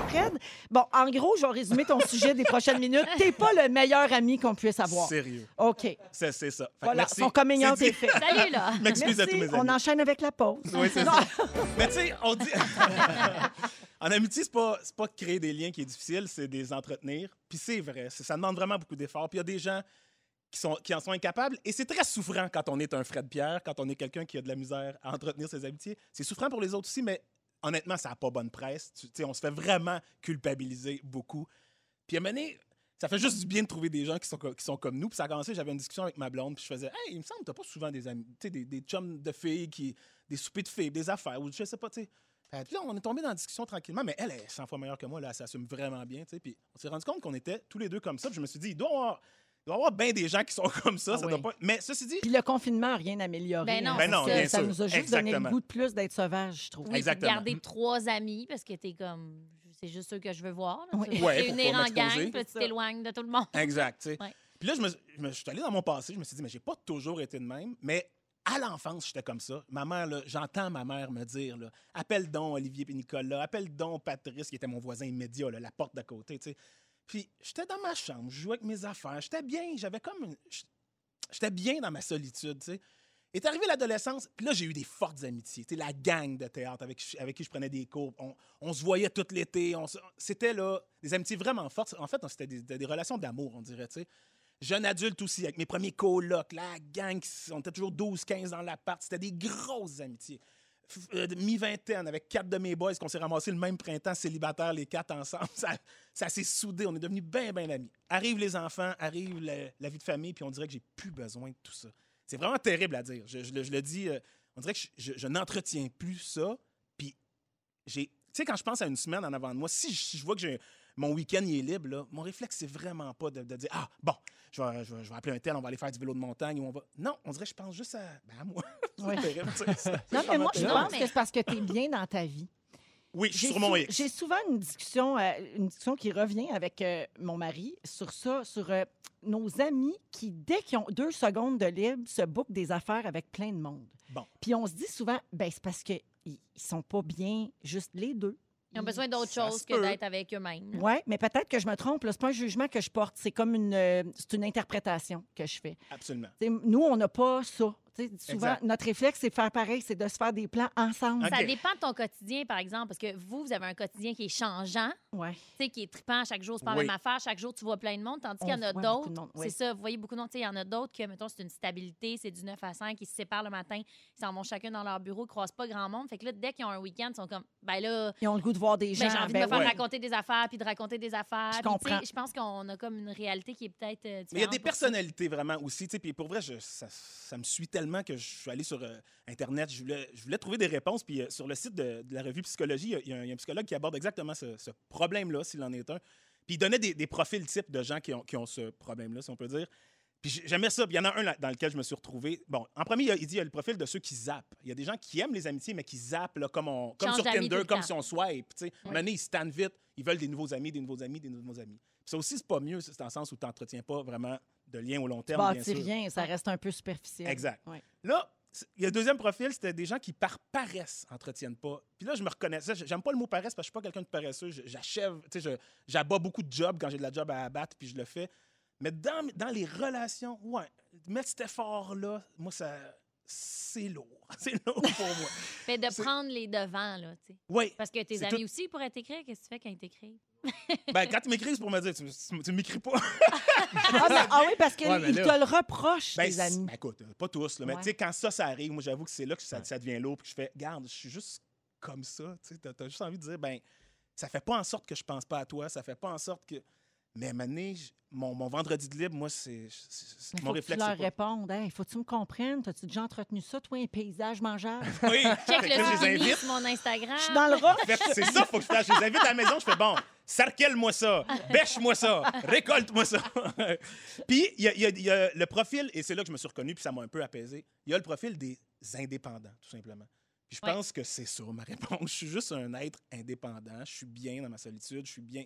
Fred, bon, en gros, je vais
[laughs]
résumer ton sujet des prochaines minutes. T'es pas le meilleur ami qu'on puisse avoir.
Sérieux.
OK.
C'est c'est ça. Fait que
Voilà,
merci.
son coming out
C'est
est
dit.
fait.
[laughs]
Salut, là!
Je m'excuse à tous mes
Merci. On
amis.
enchaîne avec la pause.
Oui, c'est
[laughs] Non.
ça. Mais tu sais, on dit. [laughs] en amitié, c'est pas, c'est pas créer des liens qui est difficile, c'est des entretenir. Puis c'est vrai, c'est- ça demande vraiment beaucoup d'efforts. Puis il y a des gens qui, sont, qui en sont incapables. Et c'est très souffrant quand on est un Fred Pierre, quand on est quelqu'un qui a de la misère à entretenir ses amitiés. C'est souffrant pour les autres aussi, mais honnêtement, ça n'a pas bonne presse. Tu tu sais, on se fait vraiment culpabiliser beaucoup. Puis à un moment donné, ça fait juste du bien de trouver des gens qui sont, co- qui sont comme nous. Puis ça a commencé, j'avais une discussion avec ma blonde, puis je faisais Hey, il me semble que t'as pas souvent des amis, tu sais, des, des chums de filles, qui, des soupers de filles, des affaires, ou je sais pas, tu sais. Fait que là, on est tombé dans la discussion tranquillement, mais elle est 100 fois meilleure que moi, là, elle s'assume vraiment bien, tu sais. Puis on s'est rendu compte qu'on était tous les deux comme ça, puis je me suis dit, il doit y avoir, il doit y avoir bien des gens qui sont [laughs] comme ça,
Ah
ça
oui.
doit pas. Mais ceci dit,
Puis le confinement n'a rien amélioré.
Ben non,
hein.
Ben
non,
Ça-
bien
ça
sûr.
nous a juste donné le
Exactement.
goût de plus d'être sauvage, je trouve.
[laughs] Oui, puis de
Exactement.
garder trois amis parce que t'es comme. C'est juste ceux que je veux voir. Là,
Oui.
Tu
Ouais,
veux
pour
t'unir
pas
en gang,
m'exposer.
puis là, tu t'éloignes de tout le monde.
[laughs] Exact, tu sais.
Ouais.
Puis là, je me, je me- je suis allé dans mon passé, je me suis dit, mais j'ai pas toujours été de même, mais à l'enfance, j'étais comme ça. Ma mère, là, j'entends ma mère me dire, là, appelle donc Olivier et Nicolas, appelle donc Patrice, qui était mon voisin immédiat, là, la porte d'à côté, tu sais. Puis j'étais dans ma chambre, je jouais avec mes affaires, j'étais bien, j'avais comme... une- J'étais bien dans ma solitude, tu sais. Est arrivé l'adolescence, puis là, j'ai eu des fortes amitiés. Tu sais, la gang de théâtre avec, avec qui je prenais des cours. On, on se voyait tout l'été. on se- C'était là des amitiés vraiment fortes. En fait, c'était des, des relations d'amour, on dirait, tu sais. Jeune adulte aussi, avec mes premiers colocs, la gang, qui- on était toujours 12-15 dans l'appart. C'était des grosses amitiés. F- euh, de Mi-vingtaine, avec quatre de mes boys qu'on s'est ramassés le même printemps, célibataires, les quatre ensemble. [laughs] Ça, ça s'est soudé, on est devenus bien, bien amis. Arrivent les enfants, arrive la, la vie de famille, puis on dirait que j'ai plus besoin de tout ça. C'est vraiment terrible à dire. Je, je le- je le dis, euh, on dirait que je, je- je n'entretiens plus ça. Puis, j'ai, tu sais, quand je pense à une semaine en avant de moi, si je, si je vois que j'ai, mon week-end il est libre, là, mon réflexe, c'est vraiment pas de, de dire Ah, bon, je vais, je, vais, je vais appeler un tel, on va aller faire du vélo de montagne ou on va. Non, on dirait que je pense juste à, ben, à moi. [laughs] C'est
Ouais.
terrible, tu sais, ça.
Non, mais moi, je
Non,
pense
mais-
que c'est parce que tu es bien dans ta vie.
Oui, je suis
J'ai
sur mon
sou-
X.
J'ai souvent une discussion, euh, une discussion qui revient avec euh, mon mari sur ça, sur euh, nos amis qui, dès qu'ils ont deux secondes de libre, se bookent des affaires avec plein de monde.
Bon.
Puis on se dit souvent, ben c'est parce qu'ils ne sont pas bien juste les deux.
Ils ont besoin d'autre
Ça
chose
se
que
peut.
d'être avec eux-mêmes. là.
Oui, mais peut-être que je me trompe. là. C'est pas un jugement que je porte. C'est comme une, euh, c'est une interprétation que je fais.
Absolument.
T'sais, nous, on n'a pas ça. T'sais, souvent,
Exact.
notre réflexe, c'est de faire pareil, c'est de se faire des plans ensemble.
Ok.
Ça dépend de ton quotidien, par exemple, parce que vous, vous avez un quotidien qui est changeant,
Ouais.
tu sais, qui est trippant. Chaque jour, c'est pas la
Oui.
même affaire. Chaque jour, tu vois plein de monde, tandis qu'il y
On
en a
voit beaucoup
d'autres.
de monde, oui.
C'est ça, vous voyez beaucoup de monde. Tu sais, Il y en a d'autres que, mettons, c'est une stabilité, c'est du 9 à 5, ils se séparent le matin, ils s'en vont chacun dans leur bureau, ils croisent pas grand monde. Fait que là, dès qu'ils ont un week-end, ils sont comme, ben là,
Ils ont le goût de voir des gens.
ben, j'ai envie de
ben
me faire
ouais.
raconter des affaires, puis de raconter des affaires.
Je
Puis, tu sais,
comprends.
Je pense qu'on a comme une réalité qui est peut-être euh, différente.
Mais il y a des
pour ça.
personnalités vraiment aussi. tu sais, Puis pour vrai, je- ça, ça me suit tellement que je suis allé sur euh, Internet. Je voulais, je voulais trouver des réponses. Puis euh, sur le site de, de la revue Psychologie, il y a- il y, a un- il y a un psychologue qui aborde exactement ce, ce problème-là, s'il en est un. Puis il donnait des, des profils types de gens qui ont, qui ont ce problème-là, si on peut dire. Puis j'ai- j'aimais ça. Puis il y en a un là- dans lequel je me suis retrouvé. Bon, en premier, il, y a- il dit il y a le profil de ceux qui zappent. Il y a des gens qui aiment les amitiés, mais qui zappent là, comme, on, comme
Change
sur
d'amis tout
Tinder,
le
comme
temps.
si on swipe. tu sais. À un moment donné, ils se tannent vite. Ils veulent des nouveaux amis, des nouveaux amis, des nouveaux amis. Puis ça aussi, c'est pas mieux, c'est dans le sens où tu n'entretiens pas vraiment de lien au long
Tu
terme. bien
bâtis
sûr.
rien, ça reste un peu superficiel.
Exact.
Ouais.
Là, c'est- il y a le deuxième profil, c'était des gens qui, par paresse, n'entretiennent pas. Puis là, je me reconnaissais. J- J'aime pas le mot paresse parce que je suis pas quelqu'un de paresseux. Je- J'achève, tu sais, je- j'abats beaucoup de jobs quand j'ai de la job à abattre, puis je le fais. Mais dans, dans les relations, ouais, mettre cet effort-là, moi, ça. C'est lourd. [laughs] C'est lourd pour moi.
Fait Ben, de
C'est-
prendre les devants, là, tu sais.
Oui.
Parce que tes
C'est
amis
tout-
aussi pourraient t'écrire. Qu'est-ce que tu fais quand ils t'écrivent?
Ben, quand ils m'écrivent, c'est pour me dire, tu, tu- tu m'écris pas.
Ah, mais- ah oui, parce qu'ils
Ouais, mais là-
te le reprochent,
Ben,
tes
c'est-
amis.
ben, écoute, euh, pas tous, là, mais
Ouais.
tu sais, quand ça, ça arrive, moi, j'avoue que c'est là que ça, ça devient lourd, puis que je fais, garde, je suis juste comme ça, tu sais, t'as t'as juste envie de dire, ben, ça fait pas en sorte que je pense pas à toi, ça fait pas en sorte que. Mais mané, j- mon, mon vendredi de libre, moi, c'est. c'est- c'est-
Il
Mon
faut que tu
réflexe.
leur
c'est pas-
répondes. Hey, faut-tu me comprendre? T'as-tu déjà entretenu ça, toi, un paysage mangeable?
Ah.
[laughs]
Oui,
Check
Fait que là,
le
je les
zucchini
invite.
sur mon Instagram.
Je suis dans le rock.
Fait que C'est ça, faut que je fasse. Je les invite à la maison, je fais bon, sarquelle-moi ça, bêche-moi ça, récolte-moi ça. [laughs] puis il y, a- il y a- il y a le profil, et c'est là que je me suis reconnu, puis ça m'a un peu apaisé. Il y a le profil des indépendants, tout simplement. Puis je
Ouais.
pense que c'est ça ma réponse. Je suis juste un être indépendant. Je suis bien dans ma solitude. Je suis bien.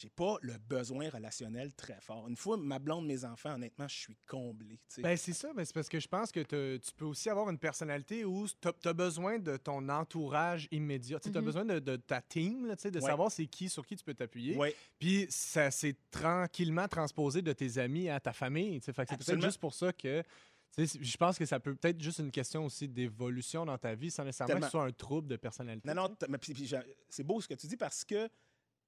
j'ai pas le besoin relationnel très fort. Une fois ma blonde, mes enfants, honnêtement, je suis comblé. tu sais.
Ben, c'est ça, mais c'est parce que je pense que te- tu peux aussi avoir une personnalité où tu as besoin de ton entourage immédiat. Tu as
Mhm.
besoin de, de ta team, là, tu sais, de
Ouais.
savoir c'est qui, sur qui tu peux t'appuyer.
Ouais.
Puis ça s'est tranquillement transposé de tes amis à ta famille. tu sais. Fait que C'est peut-être
Absolument.
juste pour ça que. tu sais, Je pense que ça peut peut-être juste une question aussi d'évolution dans ta vie sans nécessairement que
Tellement.
ce soit un trouble de personnalité.
Non, non,
tu
t'as- mais puis- puis j'a- c'est beau ce que tu dis parce que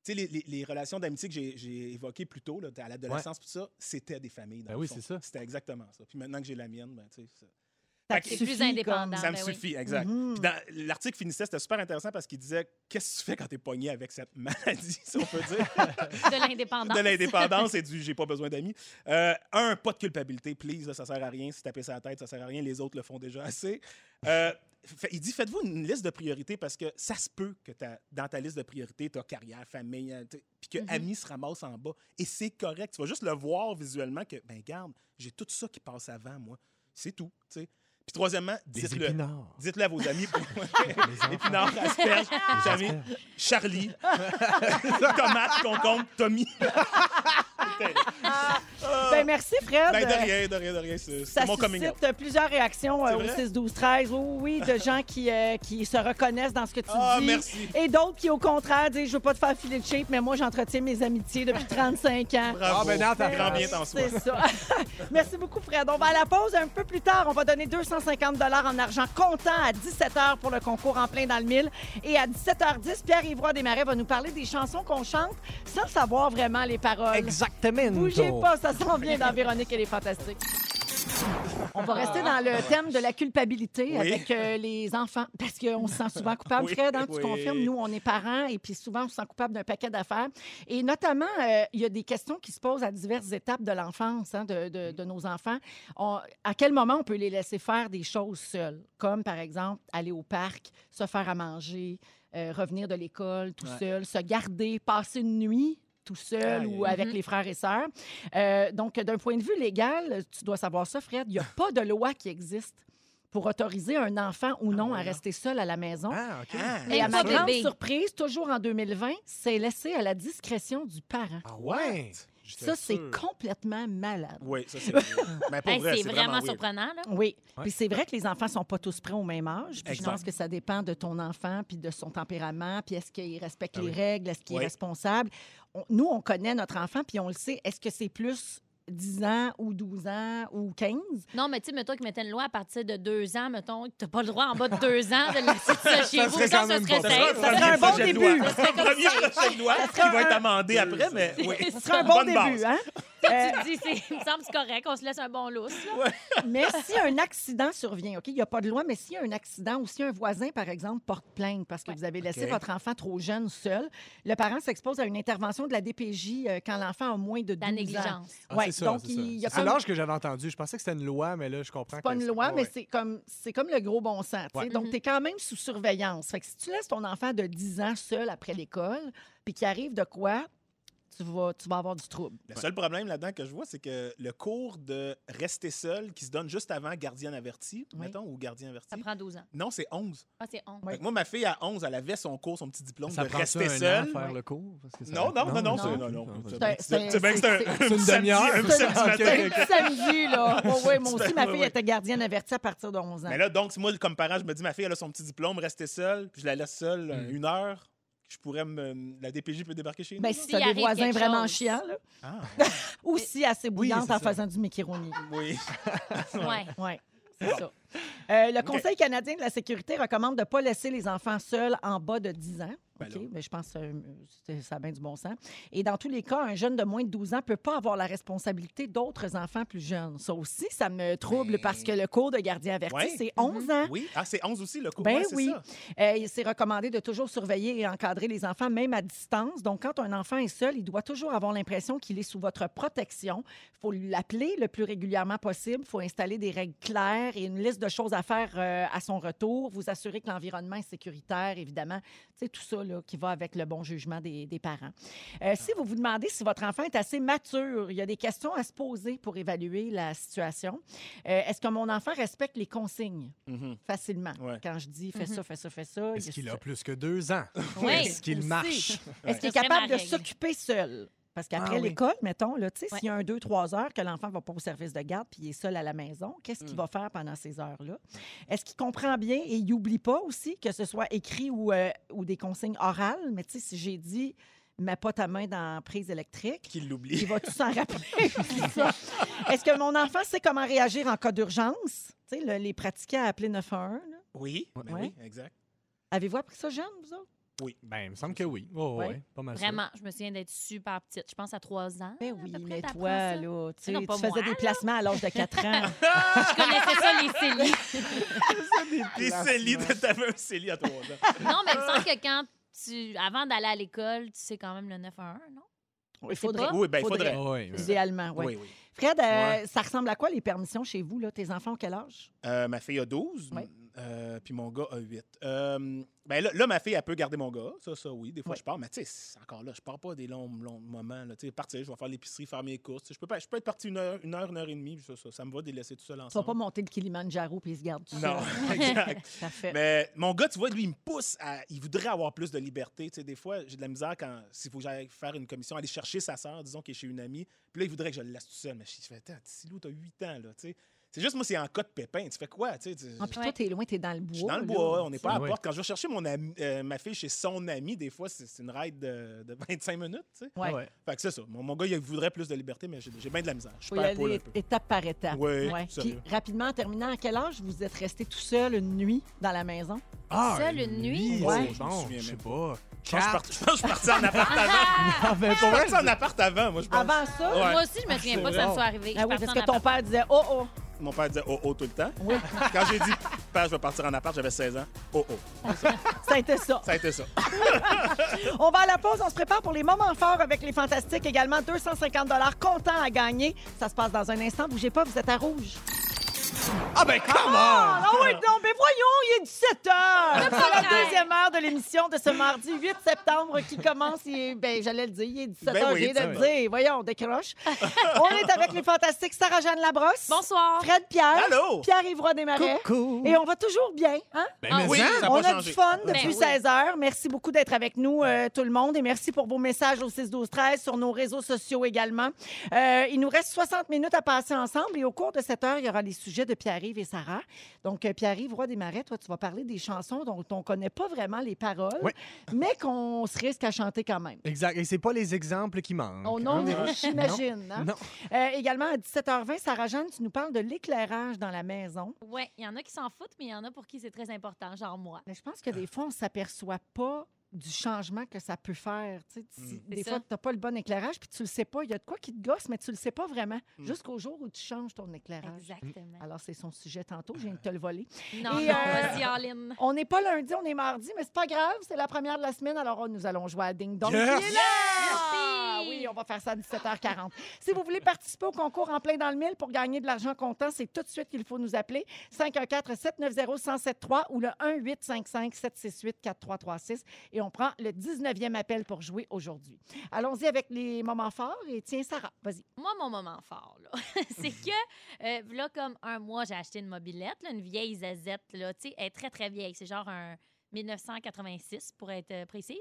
tu sais, les, les- les relations d'amitié que j'ai- j'ai évoquées plus tôt, là, à l'adolescence, tout ça, c'était des familles. Dans
Ben
le
oui,
fond.
c'est ça.
C'était exactement ça. Puis maintenant que j'ai la mienne, ben, tu sais, ça,
Ça
Fait
te
que-
C'est
suffit
plus indépendant.
comme-
ça me
ben oui.
suffit, exact.
Mm-hmm.
Mhm.
Puis dans- l'article finissait, c'était super intéressant parce qu'il disait Qu'est-ce que tu fais quand t'es pogné avec cette maladie, [laughs] si on peut dire
De l'indépendance.
[laughs] de l'indépendance et du j'ai pas besoin d'amis. Euh, un, pas de culpabilité, please, là, ça sert à rien. Si taper sa tête, ça sert à rien. Les autres le font déjà assez. Euh, fait- il dit faites-vous une liste de priorités parce que ça se peut que t'as- dans ta liste de priorités, ta carrière, famille, euh, t'sais, puis que
Mhm.
amis se ramassent en bas. Et c'est correct. Tu vas juste le voir visuellement que, ben, garde, j'ai tout ça qui passe avant moi. C'est tout. tu sais. Puis troisièmement,
sais. Des
dites-le. [laughs]
épinards.
Dites-le à vos amis.
[laughs] enfants.
Épinards, asperges, jamais.
[laughs]
Charlie, tomate, concombre, Tommy.
Ben, merci, Fred.
Ben, de rien, de rien, de rien. C'est
Ça
c'est mon coming out.
suscite euh, plusieurs réactions euh,
C'est
au
vrai?
6, 12, 13. Oui, oui,
[laughs]
de gens qui, euh, qui se reconnaissent dans ce que tu
Ah,
dis.
merci.
Et d'autres qui, au contraire, disent Je veux pas te faire filer de shape, mais moi, j'entretiens mes amitiés depuis 35 ans.
Bravo.
Ah, ben, dans ta
Grand
phrase.
bien t'en sois.
C'est ça. [laughs] Merci beaucoup, Fred. On va à la pause un peu plus tard. On va donner 250 en argent comptant à 17h pour le concours en plein dans le mille. Et à 17h10, Pierre-Yvroy Desmarais va nous parler des chansons qu'on chante sans savoir vraiment les paroles.
Exactement.
Bougez pas, ça s'en vient dans Véronique et les Fantastiques. On va rester dans le thème de la culpabilité
Oui.
avec euh, les enfants, parce qu'on se sent souvent coupable.
Oui,
Fred, hein, tu
oui.
confirmes, nous, on est parents, et puis souvent, on se sent coupable d'un paquet d'affaires. Et notamment, euh, il y a des questions qui se posent à diverses étapes de l'enfance hein, de, de- de nos enfants. On- à quel moment on peut les laisser faire des choses seuls, comme par exemple aller au parc, se faire à manger, euh, revenir de l'école tout
Ouais.
seul, se garder, passer une nuit tout seul
Aïe,
ou
aïe.
avec
Mhm.
les frères et sœurs. Euh, donc, d'un point de vue légal, tu dois savoir ça, Fred, il n'y a pas de loi qui existe pour autoriser un enfant ou non à
voilà.
rester seul à la maison.
Ah, OK.
Ah.
Et à
Même
ma
pas
grande
bébé.
surprise, toujours en 2020, c'est laissé à la discrétion du parent.
Ah ouais. J'étais
Ça, c'est
sûr.
complètement malade.
Oui, ça,
[laughs]
c'est vrai. Mais pour
Hey,
vrai,
c'est
vraiment
vraiment
weird.
surprenant. Là.
Oui.
Ouais.
Puis c'est vrai que les enfants sont pas tous prêts au même âge. Puis je
Exact.
pense que ça dépend de ton enfant, puis de son tempérament, puis est-ce qu'il respecte
Ah
les
oui.
règles, est-ce qu'il
Oui.
est responsable. On- nous, on connaît notre enfant, puis on le sait. Est-ce que c'est plus 10 ans ou 12 ans ou 15?
Non, mais tu sais, mettons qu'ils mettaient une loi à partir de deux ans, mettons, que t'as pas le droit en bas de deux ans de laisser ça chez
Ça
vous.
serait
Ça, ça
quand même
serait
bon.
Ça serait
safe.
Ça serait
un
un bon
projet de
début.
loi.
Ça serait comme
Premier
ça.
projet de loi
serait
qui va être
un-
amendé après, mais oui.
C'est
C'est un bon
Bonne
début,
base.
[laughs]
hein? Euh,
Tu te dis, c'est- il me semble que c'est correct, on se laisse un bon lousse. là.
mais si un accident survient, OK, il n'y a pas de loi, mais s'il y a un accident ou si un voisin, par exemple, porte plainte parce que vous avez laissé
OK.
votre enfant trop jeune seul, le parent s'expose à une intervention de la DPJ euh, quand l'enfant a moins de 12
La
ans.
négligence.
Ah,
Ouais,
c'est ça,
donc
c'est ça.
il y a
C'est
comme-
l'âge que j'avais entendu. Je pensais que c'était une loi, mais là, je comprends.
C'est pas
que
une loi,
Ouais,
mais
ouais.
c'est comme, c'est comme le gros bon sens. tu sais.
Ouais.
Donc,
Mhm.
tu es quand même sous surveillance. Fait que si tu laisses ton enfant de 10 ans seul après l'école, puis qu'il arrive de quoi, tu vas, tu vas avoir du trouble.
Le seul problème là-dedans que je vois, c'est que le cours de rester seul qui se donne juste avant gardien averti,
Oui.
mettons, ou gardien averti.
Ça prend 12 ans.
Non, c'est 11.
Ah, c'est honte.
Ouais.
Fait que moi, ma fille, à 11, elle avait son cours, son petit diplôme
Ça
de
prend
rester
ça un
seule.
an, faire le cours? Parce que ça-
Non, non, non, non,
non,
c'est-
ok.
non, non.
Ah,
c'est
bah,
bien que C'est c'est bien que c'est un-
c'est une
samedi-
demi-heure.
un
C'est-
samedi
ok,
matin.
ok, ok.
Un [laughs] samedi,
[laughs]
là. Oui, oui, moi aussi, ma
Oui,
fille
oui.
était gardienne avertie à partir de 11 ans.
Mais là, donc, moi, comme parent, je me dis, ma fille, elle a son petit diplôme, rester seule, puis je la laisse seule euh,
Mm.
une heure. Je pourrais me. La DPJ peut débarquer chez nous.
Ben,
là?
si
S'il
t'as des
arrive
voisins
quelque
vraiment
chose.
chiants, là.
Ah,
[laughs] Ou si assez bouillante
c'est
en
ça.
faisant du macaroni.
oui. [laughs]
Ouais.
Oui, c'est ça. Euh, le Conseil canadien de la sécurité recommande de ne pas laisser les enfants seuls en bas de 10 ans.
Ben
OK,
là.
mais je pense que euh, c'est- ça a bien du bon sens. Et dans tous les cas, un jeune de moins de 12 ans ne peut pas avoir la responsabilité d'autres enfants plus jeunes. Ça aussi, ça me trouble
Ben-
parce que le cours de gardien averti,
Ouais.
c'est 11 ans.
Oui. Ah, c'est 11 aussi, le cours.
Ben
ouais, c'est
oui.
ça.
Euh, il- c'est recommandé de toujours surveiller et encadrer les enfants, même à distance. Donc, quand un enfant est seul, il doit toujours avoir l'impression qu'il est sous votre protection. Il faut l'appeler le plus régulièrement possible. Il faut installer des règles claires et une liste de choses à faire euh, à son retour. Vous assurer que l'environnement est sécuritaire, évidemment. Tu sais, tout ça, là, là, qui va avec le bon jugement des, des parents. Euh, si vous vous demandez si votre enfant est assez mature, il y a des questions à se poser pour évaluer la situation. Euh, Est-ce que mon enfant respecte les consignes
Mhm.
facilement?
Ouais.
Quand je dis
Mhm.
fais ça, fais ça, fais ça. il y
Est-ce
a
qu'il
ça.
a plus que deux ans?
Oui.
Est-ce qu'il
Aussi. Est-ce
marche?
qu'il est
Ça serait
capable
ma
de
règle.
s'occuper seul? Parce qu'après
Ah oui.
l'école, mettons, là, tu sais,
Ouais.
s'il y a un, deux, trois heures que l'enfant va pas au service de garde puis il est seul à la maison, qu'est-ce
Mm.
qu'il va faire pendant ces heures-là? Est-ce qu'il comprend bien et il n'oublie pas aussi que ce soit écrit ou, euh, ou des consignes orales? Mais tu sais, si j'ai dit « mets pas ta main dans la prise électrique »,
Qu'il
il
l'oublie.
va tout s'en [laughs] rappeler. C'est ça. Est-ce que mon enfant sait comment réagir en cas d'urgence? Tu sais, le- les pratiquants à appeler 911. là.
Oui, ben
Ouais.
oui, exact.
Avez-vous appris ça jeune, vous autres?
Ben, il me semble que oui. Oh,
Ouais.
ouais. pas mal sûr.
Vraiment, je me souviens d'être super petite. Je pense à 3 ans.
Ben
Hein, à
oui,
peu près,
mais
t'apprends
toi, là,
ça.
tu, sais,
non,
tu
pas
faisais
moi,
des
là.
placements à l'âge de 4
[laughs]
ans.
Je connaissais ça, les
[laughs]
celliers.
Des cellies, t'avais un cellier à trois ans.
Non, mais il me semble que quand tu. Avant d'aller à l'école, tu sais quand même le 911, non?
Il faudrait.
pas.
Oui, ben il faudrait.
Faudrait.
Ah
euh,
ouais, ouais.
Idéalement, ouais.
Oui, oui.
Fred, euh,
Ouais.
ça ressemble à quoi les permissions chez vous? Là? Tes enfants ont quel âge?
Euh, ma fille a 12,
Ouais.
euh, puis mon gars a 8. Euh, ben là, là, ma fille, elle peut garder mon gars. Ça, ça, oui. Des fois,
Ouais.
je pars. Mais tu sais, c'est encore là, je pars pas des longs, longs moments. Là. Tu sais, Partir, je vais faire l'épicerie, faire mes courses. Tu sais, Je peux, pas, je peux être parti une heure, une heure, une heure et demie. puis Ça, ça, ça me va de les laisser tout seul
Tu vas
ensemble.
pas monter le Kilimanjaro puis ils se gardent tout
non,
seul.
[laughs]
[laughs]
exact.
Ça fait.
Mais mon gars, tu vois, lui, il me pousse. À, il voudrait avoir plus de liberté. Tu sais, des fois, j'ai de la misère quand s'il faut que j'aille faire une commission, aller chercher sa sœur, disons, qui est chez une amie. Puis là, il voudrait que je le laisse tout seul. Mais je fais, attends, Silou, t'as 8 ans, là. tu sais. C'est juste, moi, c'est en cas de pépin. Tu fais quoi? tu sais, tu-
Ah, puis
Ouais.
toi, t'es loin, t'es dans le bois.
je suis dans le
là.
bois, on n'est pas à la
Ouais.
porte. Quand je vais chercher mon ami- euh, ma fille chez son ami, des fois, c'est c'est une ride de, de 25 minutes. tu sais.
Ouais.
Ouais.
Fait que c'est ça. Mon, mon gars, il voudrait plus de liberté, mais j'ai j'ai bien de la misère. Je suis
Faut y
pas un
aller
peu. [laughs]
étape par étape.
Ouais,
Ouais.
sérieux.
Puis, rapidement, en terminant, à quel âge vous êtes resté tout seul une nuit dans la maison?
Ah,
Seule une nuit?
Ouais.
oh, genre, je sais pas.
Je pense que je suis parti- je pense que je suis parti en appart avant.
Ah, ben,
Je suis parti en appart avant, moi, je pense.
Avant ça?
Ouais.
Moi aussi, je me souviens
c'est
pas que ça me
vrai.
soit arrivé.
Ah oui, parce que ton père disait Oh, oh.
Mon père disait oh oh tout le temps.
Oui.
Quand j'ai dit père, je vais partir en appart, j'avais 16 ans. Oh oh.
Ça a été ça.
Ça a
[laughs]
été ça.
On va à la pause, on se prépare pour les moments forts avec les fantastiques également. 250 comptant à gagner. Ça se passe dans un instant. Bougez pas, vous êtes à rouge.
Ah ben, come on!
Ah oui, non, mais voyons, il est 17 heures. Ah, C'est la
problème.
deuxième heure de l'émission de ce mardi 8 septembre qui commence. il est- ben, j'allais le dire, il est 17
Ben
heures,
oui,
je viens de le
ça va.
dire. Voyons, on décroche. on est avec les fantastiques Sarah-Jeanne Labrosse.
Bonsoir.
Fred Pierre.
Allô?
Pierre-Yvroy Desmarais.
Coucou.
Et on va toujours bien, hein?
Ben,
Ah,
mais
oui.
ça-
ça
on
pas
a
changé.
du fun
Ben
depuis
oui.
16 heures. Merci beaucoup d'être avec nous, euh, tout le monde. Et merci pour vos messages au 6-12-13, sur nos réseaux sociaux également. Euh, il nous reste 60 minutes à passer ensemble. Et au cours de cette heure, il y aura les sujets de Pierre-Yves et Sarah. Donc, euh, Pierre-Yves, Roi des Marais, toi, tu vas parler des chansons dont on ne connaît pas vraiment les paroles,
Oui.
mais qu'on se risque à chanter quand même.
Exact. Et c'est pas les exemples qui manquent.
Oh non,
[laughs] hein.
j'imagine. hein?
Non.
Euh, également, à 17h20, Sarah-Jeanne, tu nous parles de l'éclairage dans la maison.
Oui, il y en a qui s'en foutent, mais il y en a pour qui c'est très important, genre moi.
Mais je pense que des fois, on ne s'aperçoit pas du changement que ça peut faire. Tu sais, si-
Mm.
C'est
Des
ça.
fois, tu n'as pas le bon éclairage, puis tu le sais pas. Il y a de quoi qui te gosse, mais tu le sais pas vraiment.
Mm.
Jusqu'au jour où tu changes ton éclairage.
Exactement.
Alors, c'est son sujet tantôt. Je viens de
[laughs]
te le voler.
Non,
Ah, Et,
non,
euh,
vas-y, Aline.
On n'est pas lundi, on est mardi, mais c'est pas grave. C'est la première de la semaine, alors oh, nous allons jouer à Ding Dong.
Yes!
qui est là! Ah
Merci!
oui, on va faire ça à 17h40. si vous voulez participer au concours en plein dans le mille pour gagner de l'argent comptant, c'est tout de suite qu'il faut nous appeler 514-790-1073 ou le 1-855-768-4336. Et on prend le 19e appel pour jouer aujourd'hui. Allons-y avec les moments forts. Et tiens, Sarah, vas-y.
Moi, mon moment fort, là, [laughs] c'est que, euh, là, comme un mois, j'ai acheté une mobilette, là, une vieille zazette, là, tu sais, elle est très, très vieille. C'est genre un 1986, pour être euh, précise.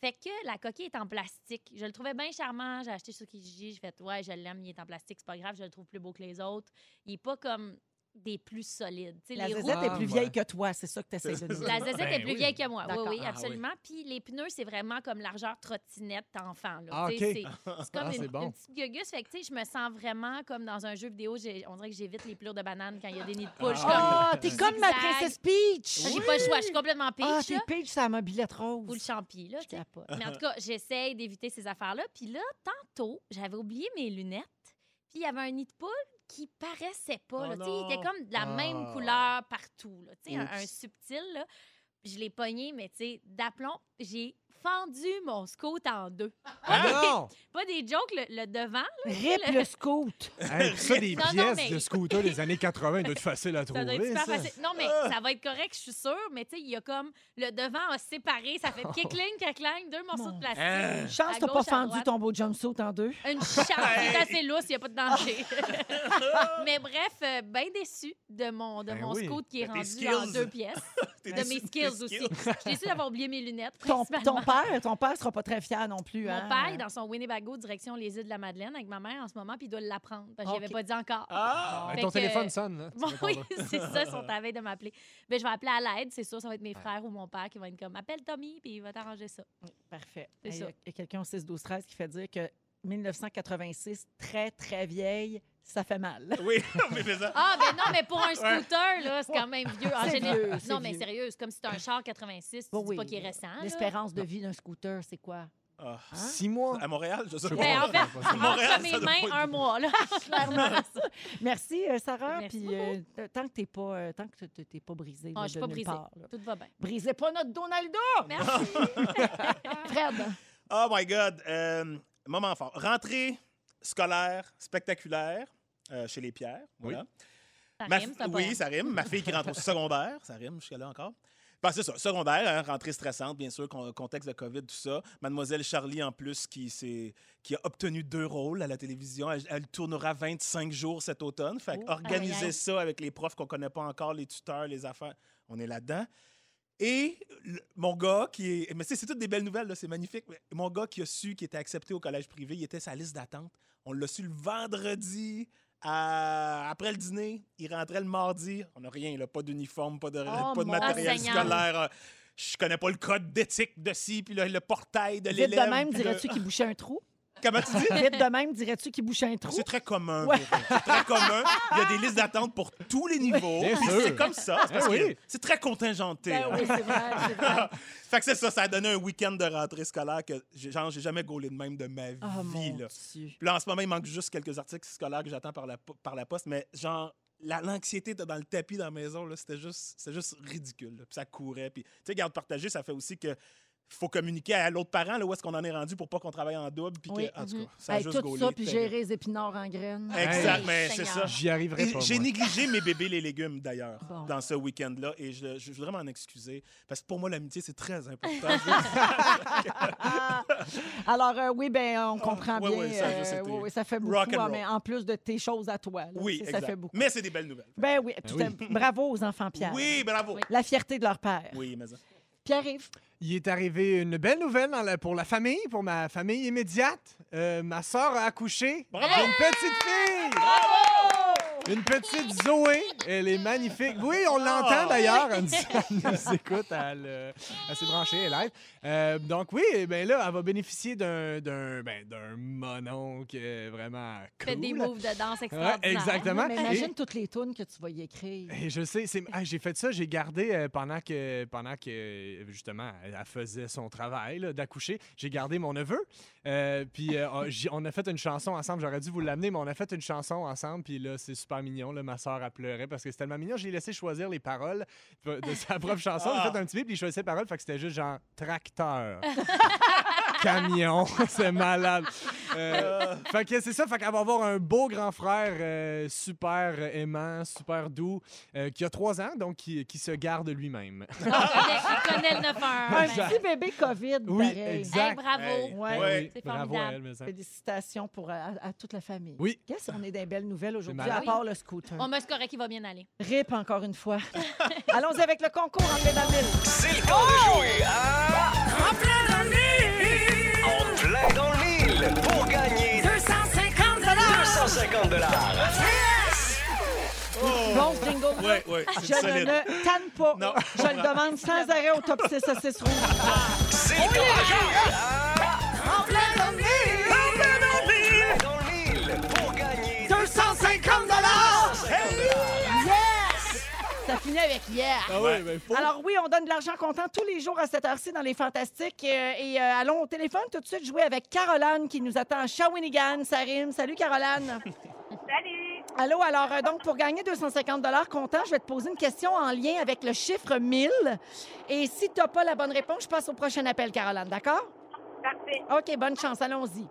Fait que la coquille est en plastique. Je le trouvais bien charmant. J'ai acheté sur Kijiji. J'ai fait, ouais, je l'aime, il est en plastique, c'est pas grave, je le trouve plus beau que les autres. Il est pas comme des plus solides. Tu sais,
La
les roues-
Zézette est
Ah,
plus
ouais.
vieille que toi, c'est ça que tu essaies de
[laughs]
nous dire.
La zézette
Ben
est plus
oui.
vieille que moi.
D'accord.
Oui, oui,
Ah,
absolument. Puis les pneus, c'est vraiment comme largeur trottinette d'enfant. là.
Ah,
Tu sais,
OK.
C'est c'est comme
[laughs] Ah,
une,
c'est bon.
une petite gugus. Fait que, tu sais, je me sens vraiment comme dans un jeu vidéo. J'ai- On dirait que j'évite les plures de bananes quand il y a des nids de poule. Je suis
Ah,
comme-
t'es comme ma
Zigzag.
princesse Peach!
J'ai pas le choix. Je suis complètement
Ah,
pitch.
t'es Peach, c'est la mobilette
ou le
rose.
champi, là.
Je
tu
[laughs]
sais.
capote.
Mais en tout cas, j'essaye d'éviter ces affaires-là. Puis là, tantôt, j'avais oublié mes lunettes. Puis il y avait un nid de poule qui paraissait pas. là.
Oh
Tu sais, il était
non.
comme de la même
Ah.
couleur partout. là. Tu sais, un, un
Oups.
subtil. Là. Je l'ai pogné, mais tu sais, d'aplomb, j'ai fendu mon scout en deux.
Ah,
Pas des jokes, le, le devant,
Rip le scout.
non! Hey, ça, des
Non, non,
pièces
mais-
de scooter des années 80 doivent être faciles à
Ça doit être
trouver.
super
ça.
facile. Non, mais ça va être correct, je suis sûre. Mais tu sais, il y a comme le devant a séparé. Ça fait kickling, kickling, deux morceaux de plastique.
Hein?
Chance,
À
t'as pas
gauche, à
fendu
droite.
ton beau jumpsuit en deux.
Une chance, c'est assez lousse, il n'y a pas de danger. mais bref, euh, bien déçu de mon, de
Ben
mon
oui.
scout qui est
De tes
rendu en
skills.
deux pièces.
T'es
de
déçu
mes
tes
skills aussi. J'ai déçu d'avoir oublié mes lunettes,
Ton,
principalement.
ton père, ton père sera pas très fier non plus. hein?
Mon père est dans son Winnebago direction les îles de la Madeleine avec ma mère en ce moment, puis il doit l'apprendre. Parce que je
Ok.
l'avais pas dit encore.
Ah!
Ben,
Fait
ton
que-
téléphone sonne, là. tu
Bon, [laughs] oui,
répondras.
c'est ça, ils sont à la veille de m'appeler. Ben, je vais appeler à l'aide, c'est sûr, ça va être mes frères ou mon père qui vont être comme appelle Tommy, puis il va t'arranger ça.
Parfait.
C'est
Hey, Il y
ça.
a, il y a quelqu'un au 6 12 13 qui fait dire que 1986, très, très vieille, ça fait mal.
Oui, [laughs] mais fais ça.
Ah, ben non, mais pour un scooter, là, c'est quand même vieux. En
C'est vieux,
général.
c'est
Non, mais
vieux.
sérieux, c'est comme si t'as un char 86, tu
Bon,
dis
oui.
pas qu'il est récent. là.
L'espérance de vie d'un scooter, c'est quoi?
Ah.
Hein?
Six mois.
À Montréal, je sais
Je
pas.
Hein? Ben, en fait,
À
Montréal, ça
entre mes
doit pas
mains,
être
un
bon.
mois, là.
[laughs]
Clairement.
Merci, euh, Sarah.
Merci
Puis euh, t- tant que t'es pas, euh, tant que t'es- t'es pas brisée,
Ah,
là,
je suis
de
pas
nulle
brisée.
part, là.
[laughs] Tout va bien.
Brisez pas notre Donaldo,
Merci.
Fred.
Oh my God. Euh, moment fort. Rentrée scolaire spectaculaire euh, chez les Pierres. Voilà.
Ça
Ma-
rime, ça, pas
oui,
rime.
ça rime. Ma fille qui rentre au secondaire, ça rime jusqu'à là encore. Ben, c'est ça, secondaire, hein, rentrée stressante, bien sûr, con- contexte de COVID, tout ça. Mademoiselle Charlie, en plus, qui, s'est- qui a obtenu deux rôles à la télévision. Elle, elle tournera 25 jours cet automne. Fait
Aïe, Oh, aïe,
organiser
aïe.
ça avec les profs qu'on connaît pas encore, les tuteurs, les affaires, on est là-dedans. Et le- mon gars qui est. Mais c'est c'est toutes des belles nouvelles, là, c'est magnifique. Mais mon gars qui a su, qui était accepté au collège privé, il était sa liste d'attente. On l'a su le vendredi. à- après le dîner, il rentrait le mardi. On n'a rien, là, pas d'uniforme, pas de,
Oh,
pas de
mon
matériel
Seigneur.
scolaire. euh, Je connais pas le code d'éthique de ci, puis le, le portail de
Vite
l'élève.
de même,
puis le-
dirais-tu qu'il bouchait un trou?
Comment tu dis?
Vite de même, dirais-tu qu'il bouchait un [laughs] trou?
C'est très commun.
Ouais.
pour eux. C'est très commun. Il y a des listes d'attente pour tous les niveaux.
Bien
Puis
sûr.
C'est comme ça. C'est parce
Eh
que
oui.
c'est très contingenté.
Ben
hein.
oui, c'est vrai, c'est vrai.
fait que c'est ça, ça a donné un week-end de rentrée scolaire que j'ai- genre j'ai jamais gaulé de même de ma vie.
Oh mon
là.
Dieu.
Puis là, en ce moment, il manque juste quelques articles scolaires que j'attends par la, po- par la poste, mais genre, la- l'anxiété était dans le tapis dans la maison, là, c'était juste, c'était juste ridicule. là. Puis ça courait. Puis, tu sais, garde partagée, ça fait aussi que faut communiquer à l'autre parent là, où est-ce qu'on en est rendu pour pas qu'on travaille en double. Puis que-
Oui. mm-hmm.
en tout cas, ça a
Hey,
juste
tout
gaulé.
ça, puis
terrible.
gérer les épinards en graines.
Hey.
Exact,
mais c'est
Seigneur.
ça.
J'y arriverai
Et
pas.
J'ai
moi.
négligé mes bébés les légumes, d'ailleurs,
Bon.
dans ce week-end-là. Et je, je voudrais m'en excuser. Parce que pour moi, l'amitié, c'est très important.
[laughs]
Je-
Ah! Alors, euh, oui, ben on comprend
Ah, ouais,
bien.
ouais, ça a juste
euh,
été
oui, oui, ça fait beaucoup,
rock and
hein,
roll.
mais en plus de tes choses à toi. là,
oui,
tu sais,
exact.
ça fait beaucoup.
Mais c'est des belles nouvelles.
Ben oui, tout
oui.
à- bravo aux enfants Pierre.
Oui, bravo.
Oui.
La fierté de leur père.
Oui, mais ça.
Pierre-Yves,
Il est arrivé une belle nouvelle dans la- pour la famille, pour ma famille immédiate. Euh, ma soeur a accouché
Bravo!
d'une petite fille. Une petite Zoé. Elle est magnifique. Oui, on l'entend
Oh!
d'ailleurs. Elle nous, elle nous écoute. Elle, euh, elle s'est branchée, elle est live. Euh, donc oui, eh ben là, elle va bénéficier d'un d'un ben, d'un mononcle euh, vraiment cool.
Faites des moves de danse
Ouais,
extraordinaires.
Ah, exactement.
mais
Et-
imagine toutes les tunes que tu vas y écrire.
Eh,
Et je sais, c'est- ah, j'ai fait ça, j'ai gardé euh, pendant que pendant que euh, justement elle elle faisait son travail là, d'accoucher, j'ai gardé mon neveu. Euh, puis euh, ah, j'ai- on a fait une chanson ensemble. J'aurais dû vous l'amener, mais on a fait une chanson ensemble. Puis là, c'est super mignon. Là, ma soeur a pleuré parce que c'était tellement mignon. J'ai laissé choisir les paroles de de sa propre chanson. J'ai fait un petit bip, puis il choisissait les paroles. Fait que c'était juste genre tracteur, [laughs] camion, [laughs] c'est malade. Euh, fait que c'est ça, fait qu'elle va avoir un beau grand frère euh, super aimant, super doux, euh, qui a trois ans, donc qui, qui se garde lui-même.
Il connaît le 9
ben,
Un
Exact.
petit bébé COVID,
Oui,
pareil.
exact.
bravo.
Hey.
[laughs]
Ouais.
Ouais.
C'est
Bravo à
formidable.
elle, me semble.
Félicitations pour, euh, à, à toute la famille.
Oui.
Qu'est-ce qu'on est des belles nouvelles aujourd'hui, à
malade.
part le scooter.
On me correct, il va bien aller.
Rip encore une fois. [laughs] Allons-y avec le concours en Bédamille.
C'est le temps de jouer à... En plein dans le mille Pour gagner 250 dollars
Bon, ce jingle.
Oh. Ouais, ouais, c'est
Je ne
solide.
le tanne pas.
Non.
Je le demande sans arrêt au top 6 à 6 rouges.
C'est le temps de jouer à... Oh En plein dans le mille En plein dans le mille Pour gagner 250 dollars
Ça finit avec hier.
Ah ouais, ben faut.
Alors oui, on donne de l'argent comptant tous les jours à cette heure-ci dans les Fantastiques. Euh, et euh, allons au téléphone tout de suite jouer avec Caroline qui nous attend à Shawinigan, ça rime. Salut Caroline.
Salut!
Allô, alors euh, donc pour gagner 250 dollars comptant, je vais te poser une question en lien avec le chiffre 1000. Et si tu n'as pas la bonne réponse, je passe au prochain appel, Caroline, d'accord?
Parfait.
OK, bonne chance, allons-y.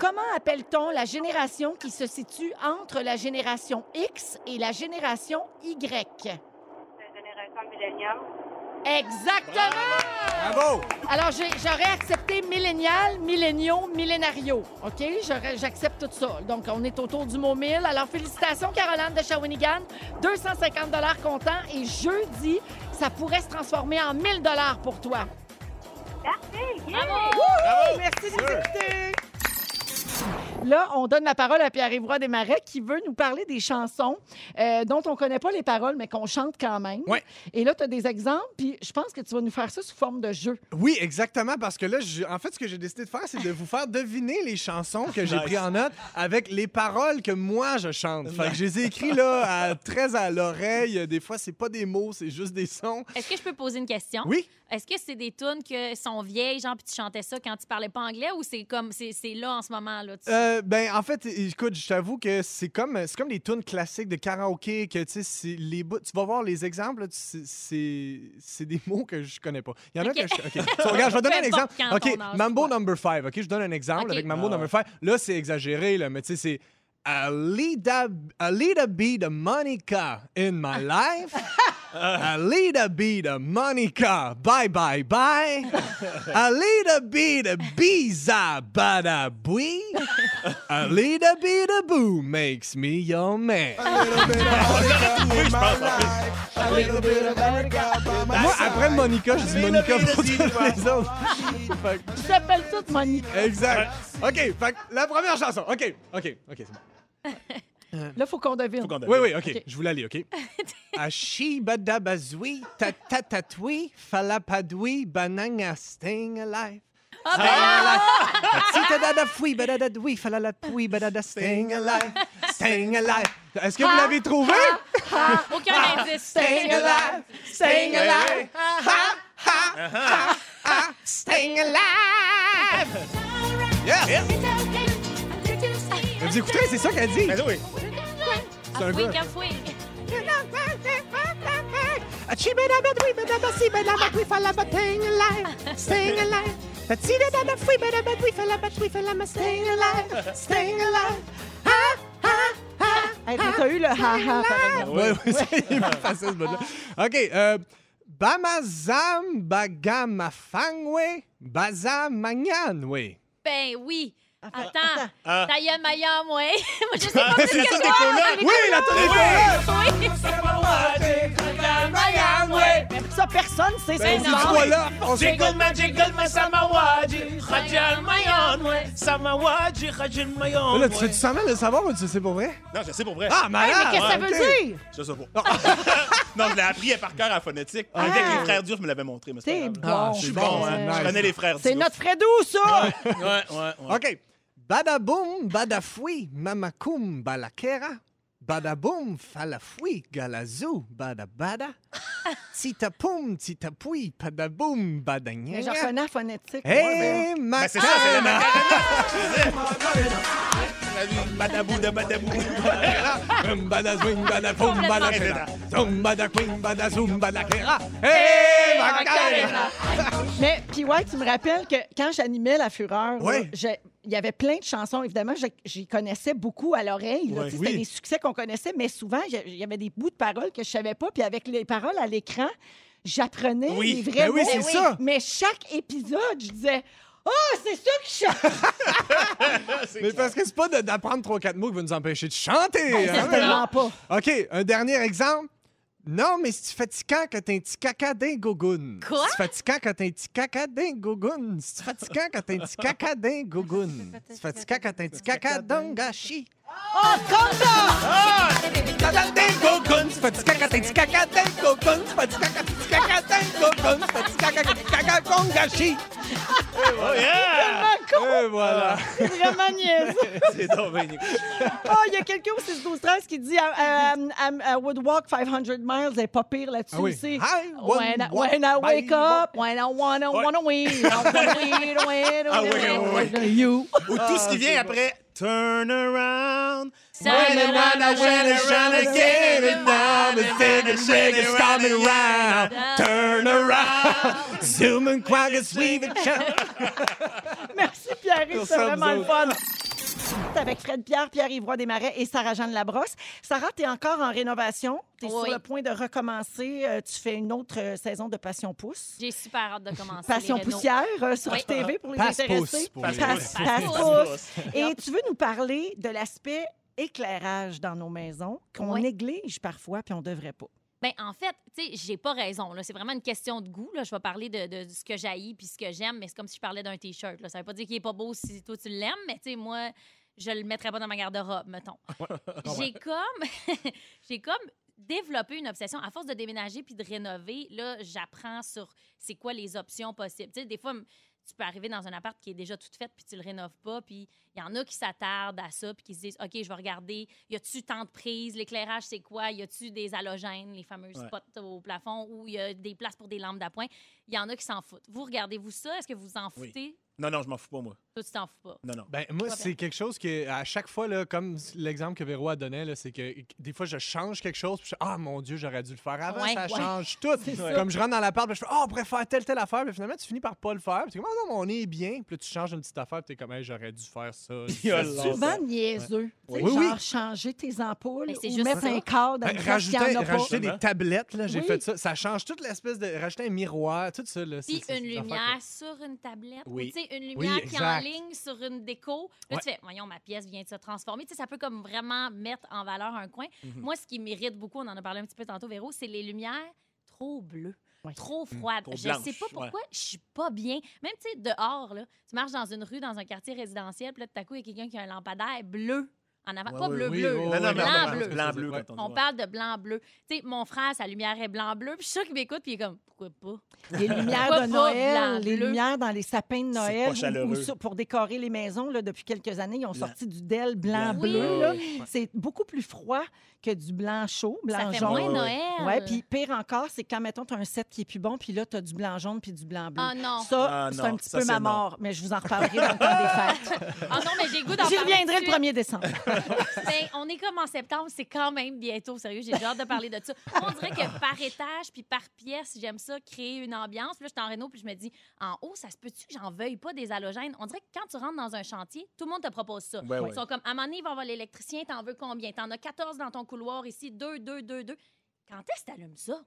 Comment appelle-t-on la génération qui se situe entre la génération X et la génération Y?
La génération millénium.
Exactement!
Bravo!
Alors, j'ai- j'aurais accepté millénial, milléniaux, millénario. OK? J'aurais- J'accepte tout ça. Donc, on est autour du mot 1000. Alors, félicitations, Caroline de Shawinigan. 250 comptant. Et jeudi, ça pourrait se transformer en 1000 pour toi.
Parfait! Yeah!
Bravo!
Merci de nous
Sure.
écouter. Là, on donne la parole à Pierre Évroy Desmarais qui veut nous parler des chansons euh, dont on connaît pas les paroles, mais qu'on chante quand même.
Ouais.
Et là, tu as des exemples, puis je pense que tu vas nous faire ça sous forme de jeu.
Oui, exactement, parce que là, je- en fait, ce que j'ai décidé de faire, c'est de vous faire deviner les chansons que j'ai
Nice.
pris en note avec les paroles que moi je chante. Fait que je les ai écrites là, à, très à l'oreille. Des fois, c'est pas des mots, c'est juste des sons.
Est-ce que je peux poser une question?
Oui,
Est-ce que c'est des tunes que sont vieilles, genre, puis tu chantais ça quand tu parlais pas anglais ou c'est comme, c'est c'est là en ce moment, là? tu-
euh, ben en fait, écoute, je t'avoue que c'est comme c'est comme les tunes classiques de karaoké que tu sais, c'est les bouts- tu vas voir les exemples, là, tu- c'est- c'est c'est des mots que je connais pas. Il y en
Ok.
a que je OK. So, regarde, je vais donner un
Peu importe
exemple.
quand
OK,
on nage,
Mambo
quoi.
Number 5, OK, je donne un exemple
Ok.
avec Mambo
Ah.
Number 5. Là, c'est exagéré là, mais tu sais c'est A little, a little bit of Monica in my life. A little bit of Monica. Bye, bye, bye. A little bit of Biza Bada Bui. A little bit of Boo makes me your man. Moi, après Monica, je dis Monica pour tous les autres. Fait
Tu t'appelles toute Monique.
que- Exact. OK, fait que la première chanson. OK, OK, OK, c'est bon. Hein?
Là, faut qu'on devine.
Faut qu'on donne.
Oui, oui, OK,
Ok.
je vous la
[laughs]
lis, OK? Ashi badabazui, tatatatatui, falapadoui, bananga sting alive.
Ah, ben
Tatitadadafoui, badadadoui, falalapui, badada sting alive, sting alive. Est-ce que vous l'avez trouvé?
aucun indice.
Sting alive,
Eh
sting alive.
Uh-huh. Sting alive! Yes! Vous écoutez, c'est ça qu'elle dit.
Mais Ben oui.
Ah,
un
fouille,
gars.
qu'à fouille.
Achi badabadui, badabasi, badabadui, falabating alive, sting alive. Tatitadadafui, badabadui, falabatui, falama sting alive, sting alive. Ha, ha, ha.
Hey, mais t'as eu le ha-ha, par exemple.
Ouais, ouais, c'est plus facile, ce mode-là. OK. Euh, Bamazam bagamafangwe bazamanyanwe.
Ben oui. Attends. Ta gueule, ma gueule, moi. [laughs] Moi, je sais pas
C'est
plus
la
que
tune des hein? couleurs.
toi.
Oui, la tour des feuilles!
Oui.
Mais Ça, personne, c'est
Ben,
son
dis
genre.
toi là, on sait
Jiggle ma, jiggle ma, samawaji, khajal mayon, ouais. Samawaji, khajal mayon,
Là, tu
ouais.
fais-tu semblant de le savoir ou tu sais pour vrai?
Non, je sais pour vrai.
Ah, malade!
Qu'est-ce que ça veut
ok.
dire?
Je sais pas. [laughs] non, je l'ai appris par cœur à phonétique. Avec les frères Durs, je me l'avais montré. mais c'est
T'es
pas
bon.
grave.
Ah,
Je suis
bon,
bon,
euh,
hein.
nice.
Je connais les frères
C'est
Durs.
notre Fredou, ça!
Ouais, ouais, ouais.
OK. Badaboum, badafoui, mamakoum, balakera. Badaboum, falafoui, galazou,
[laughs]
badabada. Titapoum, titapoui, padaboum,
Mais je
badanyera.
reconnais la phonétique.
Hey,
Ben, c'est ça, c'est la Ah! macarena. je disais. Badabou de badabou.
Badazwing, badafoum,
Macarena.
balakera. Zoum, badakwing, badazoum, balakera. Hey, macarena!
Ah, Mais puis ouais, tu me rappelles que quand j'animais La Fureur, là,
Ouais.
j'ai- il y avait plein de chansons. Évidemment, j'ai- j'y connaissais beaucoup à l'oreille. là.
Ouais.
Tu sais, C'était
Oui.
des succès qu'on connaissait, mais souvent, il y a- il y avait des bouts de paroles que je savais pas. Puis avec les paroles à l'écran, j'apprenais
Oui.
les vrais
Ben oui,
mots.
c'est ça.
Mais chaque épisode, je disais... Ah, c'est ça
[laughs]
que je
Ben
chante!
Mais parce que c'est pas de- d'apprendre trois quatre mots qui va nous empêcher de chanter. hein?
Certainement pas.
OK, un dernier exemple. Non, mais c'est fatigant que t'es un petit caca d'ingougoune.
Quoi?
C'est fatigant que t'es un petit caca d'ingougoune. C'est fatigant que t'es un petit caca d'ingougoune. C'est fatigant que t'es un petit caca Ah! d'ongachi. Dingogoun, c'est fatigant que t'es un petit caca d'ingougoune. C'est fatigant que t'es un petit caca d'ingougoune. C'est fatigant que t'es un petit caca d'ongachi.
Oh, yeah!
Ah, con!
Et voilà.
C'est vraiment [laughs] niaiseux.
C'est donc bien écoute.
Ah, il y a quelqu'un au 6 12 13 qui dit euh, à, Would Walk 500 miles, elle est pas pire là-dessus
Ah oui.
aussi.
Hi,
When I,
one,
when I
one,
wake
bye.
up, when I wanna, wanna win, I
[laughs]
wanna win, win,
Ah oui,
win,
oui, oui.
win, you.
Ou tout ce qui vient après. Turn around.
Ça,
When
là,
and
là,
when
là,
I went
là,
around
là,
again
là,
and
là,
now the
là,
finish ring is coming round. [laughs]
Turn around. Zoom and quack and sweep and shout.
Merci Pierre,
Merci
c'est
à vous
vraiment le
autres.
fun. Avec Fred Pierre, Pierre Ivoire Desmarais et Sarah Jeanne Labrosse. Sarah, tu es encore en rénovation. Tu es
Oui.
sur le point de recommencer. Euh, tu fais une autre euh, saison de Passion Pousse.
J'ai super hâte de commencer.
Passion
les rénaux.
poussière euh, sur
Oui.
TV pour les
Passe-pouce.
intéressés.
pour
Passe-
les-
Passe-
Passe-
Passe-pouce. Et tu veux nous parler de l'aspect éclairage dans nos maisons qu'on
Oui.
néglige parfois puis on devrait pas.
Ben, en fait, tu sais, j'ai pas raison. là. C'est vraiment une question de goût. Là. Je vais parler de, de ce que j'haïs puis ce que j'aime, mais c'est comme si je parlais d'un T-shirt. là. Ça veut pas dire qu'il est pas beau si toi tu l'aimes, mais tu sais, moi, je le mettrais pas dans ma garde-robe, mettons. j'ai comme. [laughs] j'ai comme développé une obsession. À force de déménager puis de rénover, là, j'apprends sur c'est quoi les options possibles. Tu sais, des fois, m- tu peux arriver dans un appart qui est déjà tout fait puis tu le rénoves pas puis il y en a qui s'attardent à ça puis qui se disent OK, je vais regarder, y a-tu tant de prises, l'éclairage c'est quoi, y a-tu des halogènes, les fameux
Ouais.
spots au plafond ou y a des places pour des lampes d'appoint. Il y en a qui s'en foutent. Vous regardez-vous ça, est-ce que vous en
Oui.
foutez
Non, non, je m'en fous pas, moi.
Toi tu t'en fous pas.
Non, non.
Ben, moi,
Pas
c'est quelque chose que, à chaque fois, là, comme l'exemple que Véro a donné, là, c'est que des fois, je change quelque chose, puis je Ah, mon Dieu, j'aurais dû le faire avant,
Ouais,
ça
ouais.
[laughs]
change tout. Comme je rentre dans l'appart, puis je fais Ah, on pourrait faire telle, telle affaire, puis finalement, tu finis par pas le faire. Puis tu es comme, Ah non, mais on est bien, puis là, tu changes une petite affaire, puis t'es comme, Hey, j'aurais dû faire ça.
[laughs] Il a l'air.
Souvent niaiseux.
Oui.
Tu sais,
Oui,
Genre
oui.
changer tes ampoules
Mais c'est
ou
juste
mettre
ça.
un cadre dans
Ben,
une place qu'il y
rajouter
en a pas.
rajouter des
Absolument.
tablettes, là, j'ai
Oui.
fait ça. Ça change toute l'espèce de. Rajouter un miroir, tout ça. Là,
Puis
c'est- c'est
une
des affaires
lumière sur une tablette,
Oui.
ou tu sais, une lumière qui est en
exact.
ligne sur une déco. Là,
Ouais.
tu fais, voyons, ma pièce vient de se transformer. Tu sais, ça peut comme vraiment mettre en valeur un coin.
Mhm.
Moi, ce qui m'irrite beaucoup, on en a parlé un petit peu tantôt, Véro, c'est les lumières trop bleues.
Oui.
Trop
Mhm.
froides.
trop
je ne sais
blanches,
pas pourquoi, je suis pas bien. Même, tu sais, dehors, là, tu marches dans une rue, dans un quartier résidentiel, puis là, tout à coup, il y a quelqu'un qui a un lampadaire bleu en avant.
que-
pas
Ouais,
bleu,
oui,
bleu. là.
oui, oui,
non, non, mais
blanc,
on-
bleu.
Blanc, bleu,
Ouais.
quand
On
on dit.
parle de blanc-bleu. Tu sais, mon frère, sa lumière est blanc-bleu. Puis je suis sûre qu'il m'écoute, puis il est comme, pourquoi pas?
Les lumières
Pourquoi
de
pas
Noël,
blanc,
les
bleu?
lumières dans les sapins
C'est
de
pas
Noël ou- ou,
chaleureux.
sur- pour décorer les maisons là, depuis quelques années, ils ont
Blanc.
sorti du DEL blanc-bleu.
Oui.
là. C'est beaucoup plus froid que du blanc chaud, blanc
ça fait
jaune.
moins Noël.
euh, Ouais, puis pire encore, c'est quand mettons tu as un set qui est plus bon, puis là tu as du blanc jaune puis du blanc bleu.
Ah non.
Ça,
Ah
c'est
non,
un petit
ça,
peu
c'est
ma
non.
mort, mais je vous en reparlerai dans le
[laughs]
temps des fêtes.
Ah non, mais j'ai le goût d'en
J'y
parler
reviendrai le
tout de suite.
1er
[laughs]
décembre.
Ben, on est comme en septembre, c'est quand même bientôt. Sérieux, j'ai déjà hâte de parler de ça. On dirait que par étage puis par pièce, j'aime ça, créer une ambiance. Puis Là, je suis en réno puis je me dis, en haut, ça se peut-tu que j'en veuille pas des halogènes? On dirait que quand tu rentres dans un chantier, tout le monde te propose ça.
Ouais, ouais.
Ils sont comme, à un moment donné, il va y avoir l'électricien, t'en veux combien? T'en as 14 dans ton couloir ici, 2, 2, 2, 2. Quand est-ce que t'allumes ça?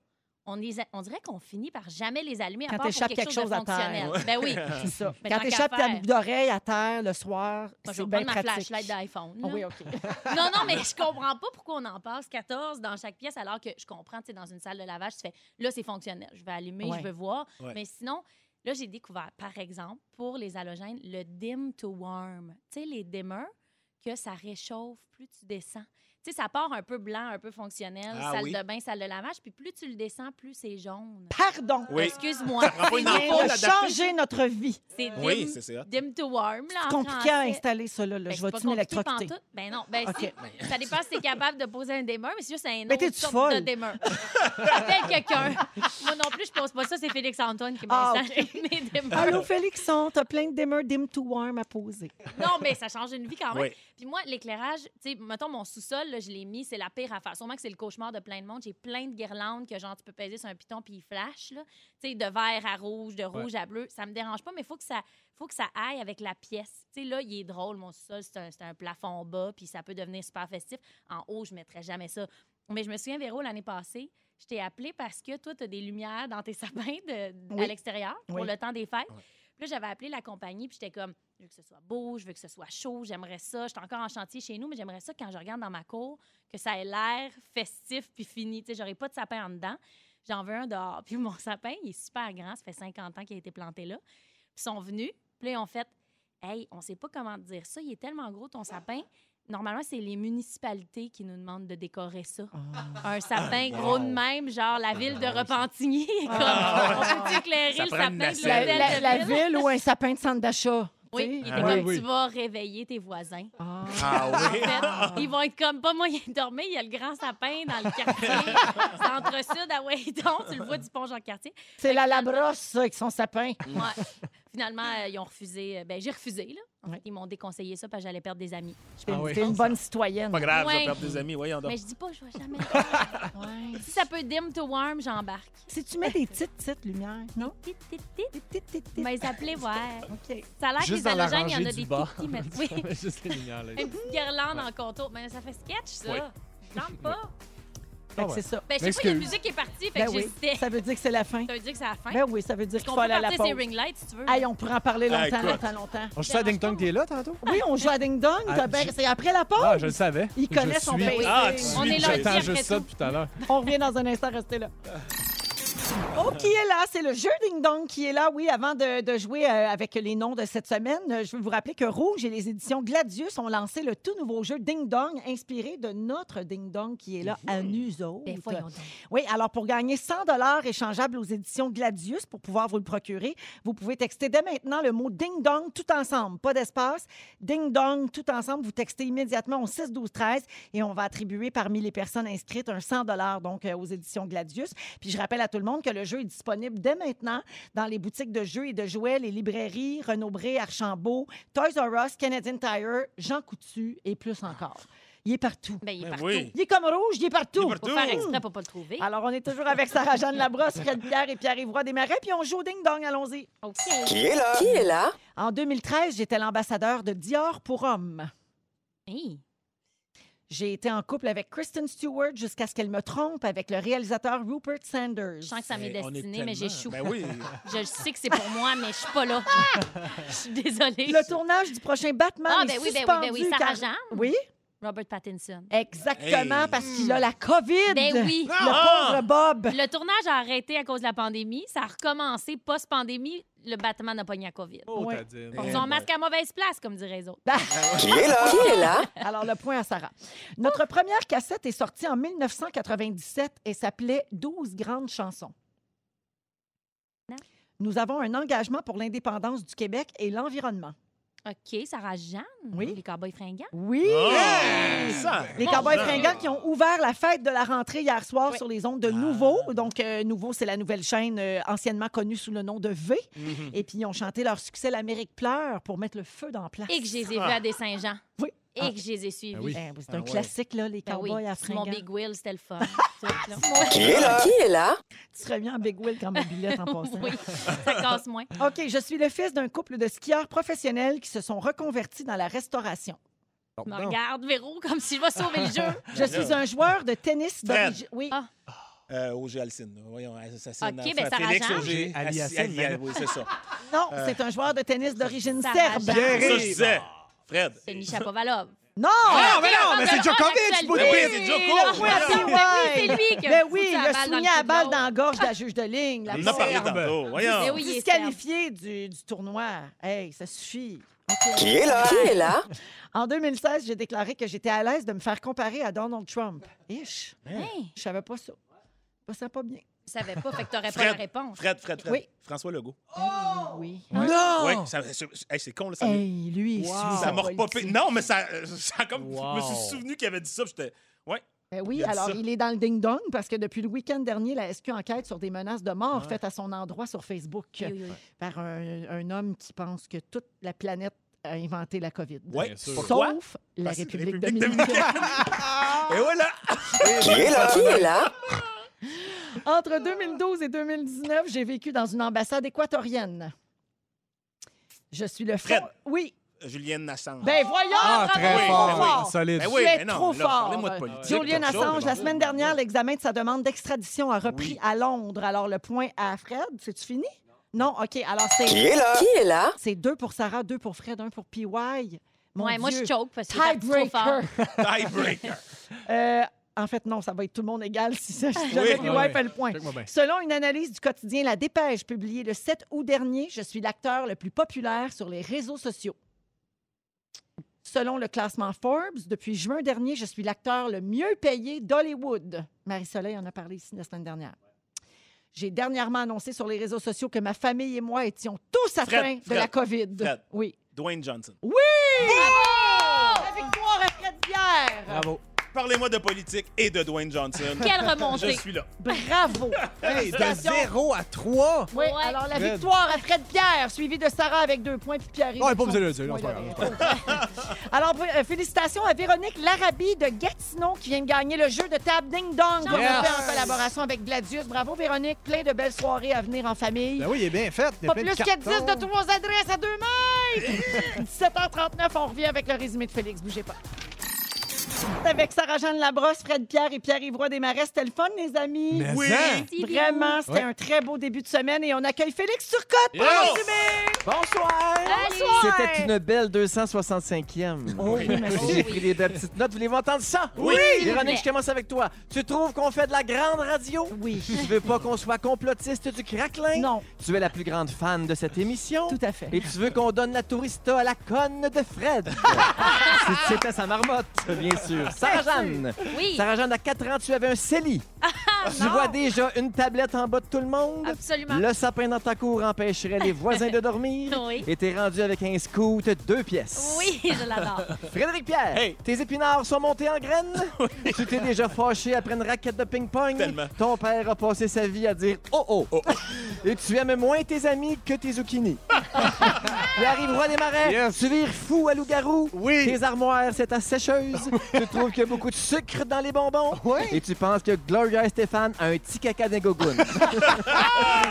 On, les a- on dirait qu'on finit par jamais les allumer
Quand
à part pour
t'échappes
quelque,
quelque
chose,
chose
de
à terre.
fonctionnel. Ben oui.
C'est ça.
Mais
Quand
tant qu'à
t'échappes ta
faire.
boucle d'oreille à terre le soir,
Moi, je
c'est
vais
bien
prendre ma
pratique.
flashlight d'iPhone.
Ah
là. [laughs]
oui, OK.
Non, non, mais je comprends pas pourquoi on en passe 14 dans chaque pièce, alors que je comprends, tu sais, dans une salle de lavage, tu fais là, c'est fonctionnel. Je vais allumer,
Ouais.
je veux voir.
Ouais.
Mais sinon, là, j'ai découvert, par exemple, pour les halogènes, le dim to warm. Tu sais, les dimmers, que ça réchauffe plus tu descends. Tu sais, ça part un peu blanc, un peu fonctionnel,
Ah
salle
oui.
de bain, salle de lavage, puis plus tu le descends, plus c'est jaune.
Pardon.
Oui.
Excuse-moi.
prend pas une
C'est
ampoule
nouveau.
On a
l'adapter.
changer notre vie.
C'est dim,
Oui, c'est ça.
dim to warm, là, en
C'est compliqué hein, à
français.
installer ça, là. là.
Ben,
je
c'est pas
vais-tu
compliqué
m'électrocuter?
pantoute. Ben non, ben
OK.
si. Ça dépend si t'es capable de poser un démeur, mais c'est juste un
Mais
autre
t'es-tu
sorte
folle?
de démeur. Appelle quelqu'un. Moi non plus, je pose pas ça, c'est Félix-Antoine qui m'a
Ah,
installé [laughs] mes démeurs.
Allô, Félixon, t'as plein de dimmers dim to warm à poser.
Non, mais ça change une vie quand même.
Oui.
Puis moi, l'éclairage, tu sais, mettons mon sous-sol, là, je l'ai mis, c'est la pire affaire. Sûrement que c'est le cauchemar de plein de monde. J'ai plein de guirlandes que genre tu peux peser sur un piton puis il flash là, tu sais, de vert à rouge, de rouge à bleu. Ça me dérange pas, mais faut que ça, faut que ça aille avec la pièce. Tu sais, là, il est drôle mon sous-sol, c'est un, c'est un plafond bas, puis ça peut devenir super festif. En haut, je mettrais jamais ça. Mais je me souviens, Véro, l'année passée, je t'ai appelé parce que toi, tu as des lumières dans tes [laughs] sapins de,
Oui.
à l'extérieur pour
Oui.
le temps des fêtes.
Ouais.
Puis là, j'avais appelé la compagnie, puis j'étais comme, je veux que ce soit beau, je veux que ce soit chaud, j'aimerais ça. J'étais encore en chantier chez nous, mais j'aimerais ça quand je regarde dans ma cour, que ça ait l'air festif puis fini. Tu sais, j'aurais pas de sapin en dedans. J'en veux un dehors. Puis mon sapin, il est super grand, ça fait 50 ans qu'il a été planté là. Puis ils sont venus, puis là, ils ont fait, hey, on sait pas comment te dire ça, il est tellement gros ton sapin. Normalement, c'est les municipalités qui nous demandent de décorer ça
Ah,
un sapin gros de même, genre la ville de Repentigny. [laughs] comme, on peut éclairer
Ah, Ça
le
prend
sapin
une
de
nacelle.
La,
l'hôtel
la-
de
la
ville?
ville ou un sapin de centre d'achat.
Oui,
tu sais. hein?
il était
Ah
comme,
oui, oui.
tu vas réveiller tes voisins.
Ah.
Ah
En [laughs]
oui.
fait, ils vont être comme pas moyen de dormir. Il y a le grand sapin dans le quartier. Centre-Sud à Wayton. Tu le vois du pont Jean-Cartier.
C'est la labrosse, ça, avec son sapin.
Ouais. Finalement, euh, ils ont refusé. euh, Ben, j'ai refusé, là. En fait,
Ouais.
Ils m'ont déconseillé ça parce que j'allais perdre des amis.
T'es
Ah oui.
t'es une bonne citoyenne.
Pas grave, je
Ouais.
vais perdre des amis. Voyons donc.
Mais je dis pas, je vais jamais. le faire. Si ça peut dim to warm, j'embarque.
Si tu mets des petites, petites lumières, non?
Tit, tit, tit.
Des petites, petites, petites.
Mais appelez voir.
OK.
Ça a l'air que
Juste
les
dans la
halogènes, il y en a
rangée
des
du
tout
bar.
petits,
[laughs]
mais oui.
Juste les lumières, [laughs] là.
Une petite guirlande en contour. Mais ça fait sketch, ça.
Oui.
Je chante pas.
Ah
Fait que c'est ça.
Ben, je sais pas, il y a une
M'excuse.
musique qui est partie, fait
Ben
que
oui,
j'hésitais.
ça veut dire que c'est la fin.
Ça veut dire que c'est la fin.
Ben oui, ça veut dire
Est-ce
qu'il
qu'on
faut
peut
aller à la
partir
pause.
ces ring lights, si tu veux?
Hey, on pourrait en parler
Ah,
longtemps,
écoute.
longtemps,
[laughs]
longtemps.
On joue ça à Ding Dong, t'es là, tantôt?
Oui, on joue à Ding Dong.
Ah,
t'as ben-
je-
C'est après la pause.
Ah, je le savais.
Il connaît son
[laughs]
pays.
Ah, tu
On
suis le jeu.
est lundi
J'attends
après
juste ça
tout.
depuis tout à l'heure.
On revient dans un instant, restez
[laughs]
là. Oh, qui est là? C'est le jeu Ding Dong qui est là. Oui, avant de, de jouer euh, avec les noms de cette semaine, euh, je veux vous rappeler que Rouge et les éditions Gladius ont lancé le tout nouveau jeu Ding Dong, inspiré de notre Ding Dong qui est là à nous autres.
Ben, voyons donc.
Oui, alors pour gagner 100 échangeables aux éditions Gladius pour pouvoir vous le procurer, vous pouvez texter dès maintenant le mot ding dong tout ensemble, pas d'espace. Ding dong tout ensemble, vous textez immédiatement au 6 12 13 et on va attribuer parmi les personnes inscrites un 100 dollars donc euh, aux éditions Gladius. Puis je rappelle à tout le monde que le jeu est disponible dès maintenant dans les boutiques de jeux et de jouets, les librairies Renaud Bré, Archambault, Toys R Us, Canadian Tire, Jean Coutu et plus encore. Il est partout.
Ben, il est
Ben
partout.
oui.
Il est comme rouge, il est partout.
Il est
Faut
partout.
faire exprès pour pas le trouver.
Alors, on est toujours avec Sarah-Jeanne Labrosse, Fred Pierre et Pierre-Yves Roy Desmarais, puis on joue au ding-dong, allons-y.
OK.
Qui est là?
En 2013, j'étais l'ambassadeur de Dior pour hommes.
Hey.
J'ai été en couple avec Kristen Stewart jusqu'à ce qu'elle me trompe avec le réalisateur Rupert Sanders.
Je sens que ça m'est
Eh, on est
destiné, mais
tellement-
j'échoue.
Ben
[laughs]
oui.
Je sais que c'est pour moi, mais je suis
[laughs]
pas là. Je suis désolée.
Le tournage du prochain Batman
Ah,
est
ben oui, ben oui,
suspendu.
ben oui. Sarah
car-
Jeanne,
Oui, [laughs]
Robert Pattinson.
exactement,
Hey.
parce qu'il a la COVID.
Ben oui.
Ah!
Le pauvre Bob.
Le tournage a arrêté à cause de la pandémie. Ça a recommencé post-pandémie. Le Batman n'a pas ni à COVID.
Eh
Oh,
Ouais.
t'as dit.
Ils
ben.
ont masque à mauvaise place, comme diraient les autres.
Qui est là? Qui est là?
Alors, le point à Sarah. Notre première cassette est sortie en 1997 et s'appelait 12 grandes chansons.
Non.
Nous avons un engagement pour l'indépendance du Québec et l'environnement.
OK, Sarah Jeanne.
Oui.
Les cowboys fringants.
Oui!
Ah, ça.
Les
Bon
Cowboys
sang.
fringants qui ont ouvert la fête de la rentrée hier soir
Oui.
sur les ondes de Nouveau. Donc, euh, Nouveau, c'est la nouvelle chaîne euh, anciennement connue sous le nom de V.
Mhm.
Et puis, ils ont chanté leur succès L'Amérique pleure pour mettre le feu dans la place.
Et que je les ai vus à des Saint-Jean.
Oui.
Et que je les ai suivis.
Ah oui.
Ben, c'est
Ah
un
ouais.
classique, là, les
Ben oui.
Cowboys à
Mon
fringants.
Big Will, c'était
[laughs]
le fun.
Qui est là? Qui est là?
Tu serais bien en Big Wheel comme mobilette en passant.
[laughs] oui, ça casse moins.
OK, je suis le fils d'un couple de skieurs professionnels qui se sont reconvertis dans la restauration.
Bon,
Je me
non.
regarde, Véro, comme si je vais sauver
[laughs]
le jeu.
Je suis un joueur de tennis
Ben Fred.
d'origine. Oui.
Ah.
Euh, OG Alcine. Voyons, assassin.
Ok, ben, Sarah
Félix
Jeanne.
OG.
Ali
Alcine.
Alcine,
Ali- Oui, c'est
[laughs]
ça.
Non,
Euh.
c'est un joueur de tennis d'origine
Ça
serbe.
va,
Bien
Ça, je
rire.
disais. Fred.
C'est Misha Povalov.
Non!
Ah, mais non, mais c'est Djokovic,
Actualité.
Ben oui,
Boudin!
c'est
là,
Djoko.
Oui,
voyons.
oui, oui.
C'est lui qui a
Ben
foutu
oui,
la
il a
balle dans
soigné la
le cul de
balle
l'autre.
dans la gorge de la juge de ligne. La
On en a parlé
Serbe.
tantôt.
Mais
Voyons.
Ben oui, il est
Disqualifié du, du tournoi. Hey, ça suffit. OK.
Qui est là? Qui est là?
En 2016, j'ai déclaré que j'étais à l'aise de me faire comparer à Donald Trump. Ish,
Hey,
je savais pas ça. Pas ça, pas bien.
je savais pas, fait que t'aurais pas la
Fred.
réponse.
Fred, Fred, Fred.
Oui.
François Legault.
Hey, oui.
Hein? Oui, ça- c'est hey, c'est con, là. Ça me-
Oh! Hey, oh, lui, il suit
ça
son
m'a repopé.
politique.
Non, mais ça, euh, ça a comme,
Wow.
je me suis souvenu qu'il avait dit ça. puis J'étais, ouais.
Ben
Il
oui,
a dit
alors
ça.
il est dans le ding-dong parce que depuis le week-end dernier, la SQ enquête sur des menaces de mort faites à son endroit sur Facebook
Oui, oui, oui.
par un, un homme qui pense que toute la planète a inventé la COVID.
Ouais.
sûr.
Pourquoi?
Sauf la
Parce que
République,
République
dominicaine.
Et voilà.
Qui est là? Qui est là?
[laughs] Entre 2012 et 2019, j'ai vécu dans une ambassade équatorienne. Je suis le
Fred.
fond- Oui.
Julien Assange.
Ben voyons!
Ah, très
bravo, trop
fort, oui,
fort.
solide.
Ben
tu es
mais non,
trop
là,
fort.
Parlez-moi de politique.
Julian
d'autres choses,
Assange, la
mais bon.
semaine dernière, l'examen de sa demande d'extradition a repris à Londres. Alors, le point à Fred, c'est-tu fini? Non, OK. Alors,
Qui
c'est,
est là? Qui est là?
c'est deux pour Sarah, deux pour Fred, un pour PY. Mon
Ouais, moi,
Dieu.
je choke parce que c'est parti trop fort.
Tiebreaker.
Tiebreaker.
Euh, en fait, non, ça va être tout le monde égal si ça si jamais
Oui.
PY
Ouais.
fait le point.
Check-moi bien.
Selon une analyse du quotidien La Dépêche, publiée le 7 août dernier, je suis l'acteur le plus populaire sur les réseaux sociaux. Selon le classement Forbes, depuis juin dernier, je suis l'acteur le mieux payé d'Hollywood. Marie-Soleil en a parlé ici la semaine dernière. J'ai dernièrement annoncé sur les réseaux sociaux que ma famille et moi étions tous atteints de la COVID.
Fred.
Oui.
Dwayne Johnson.
La victoire à Fred Pierre.
Bravo.
Parlez-moi de politique et de Dwayne Johnson.
Quelle
Je
remontée!
suis là.
Bravo.
Hey, de
Félicitations.
0 à 3.
Oui,
Ouais.
alors la
Fred.
victoire à Fred Pierre, suivie de Sarah avec deux points, puis Pierre.
Ouais, pas besoin de le dire, non, c'est pas grave,
[laughs] Alors, euh, félicitations à Véronique Larabie de Gatineau qui vient de gagner le jeu de table Ding Dong qu'on a
Yes.
fait en collaboration avec Gladius. Bravo Véronique, plein de belles soirées à venir en famille.
Ben oui, il est bien fait. Il y a
Pas
plein
plus que 10
cartons.
de trois adresses à deux
[laughs]
mètres! 17h39, on revient avec le résumé de Félix, bougez pas. Avec Sarah-Jeanne Labrosse, Fred Pierre et Pierre Ivroy Desmarais, c'était le fun, les amis.
Mais
Oui.
hein,
Petit bisou.
Vraiment, c'était
Ouais.
un très beau début de semaine et on accueille Félix Turcotte pour
Yes.
le résumé.
Bonsoir!
Allez.
C'était une belle 265e.
Oh,
Oui, merci.
J'ai pris des belles petites notes. Voulez-vous entendre ça?
Oui.
Véronique,
Mais-
je commence avec toi. Tu trouves qu'on fait de la grande radio?
Oui,
Tu veux pas qu'on soit complotiste du craquelin?
non,
Tu es la plus grande fan de cette émission?
tout à fait.
Et tu veux qu'on donne la tourista à la conne de Fred? C'est- C'était sa marmotte, bien sûr. Sarah-Jeanne!
Oui,
Sarah-Jeanne, à 4 ans, tu avais un CELI. tu
non.
vois déjà une tablette en bas de tout le monde?
absolument.
Le sapin dans ta cour empêcherait les voisins de dormir.
Oui.
Et t'es rendu avec un scoot deux pièces.
Oui, je l'adore.
Frédéric Pierre,
Hey.
tes épinards sont montés en graines. Tu t'es déjà fâché après une raquette de ping-pong.
Tellement.
Ton père a passé sa vie à dire oh oh. [laughs] Et tu aimes moins tes amis que tes zucchinis. Pierre-Yves Roy des Marais,
Yes.
tu vires fou à loup-garou.
Oui.
Tes armoires, c'est ta sécheuse. tu trouves qu'il y a beaucoup de sucre dans les bonbons. Et tu penses que Gloria Stéphane a un petit caca d'un gogoun.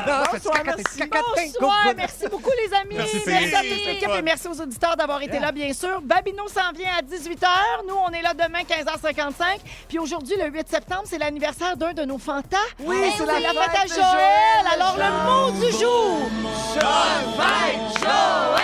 Bonsoir, merci.
Bonsoir, merci beaucoup les amis.
Merci,
merci
Félix.
à toute
C'était
l'équipe
le fun.
et merci aux auditeurs d'avoir été
Yeah.
là, bien sûr. Babino s'en vient à 18h. Nous, on est là demain, 15h55. Puis aujourd'hui, le 8 septembre, c'est l'anniversaire d'un de nos fantas.
Oui,
Et
c'est la fête
fête à
de
Joël.
Joël.
Alors, le mot du jour.
Bonne fête, Joël!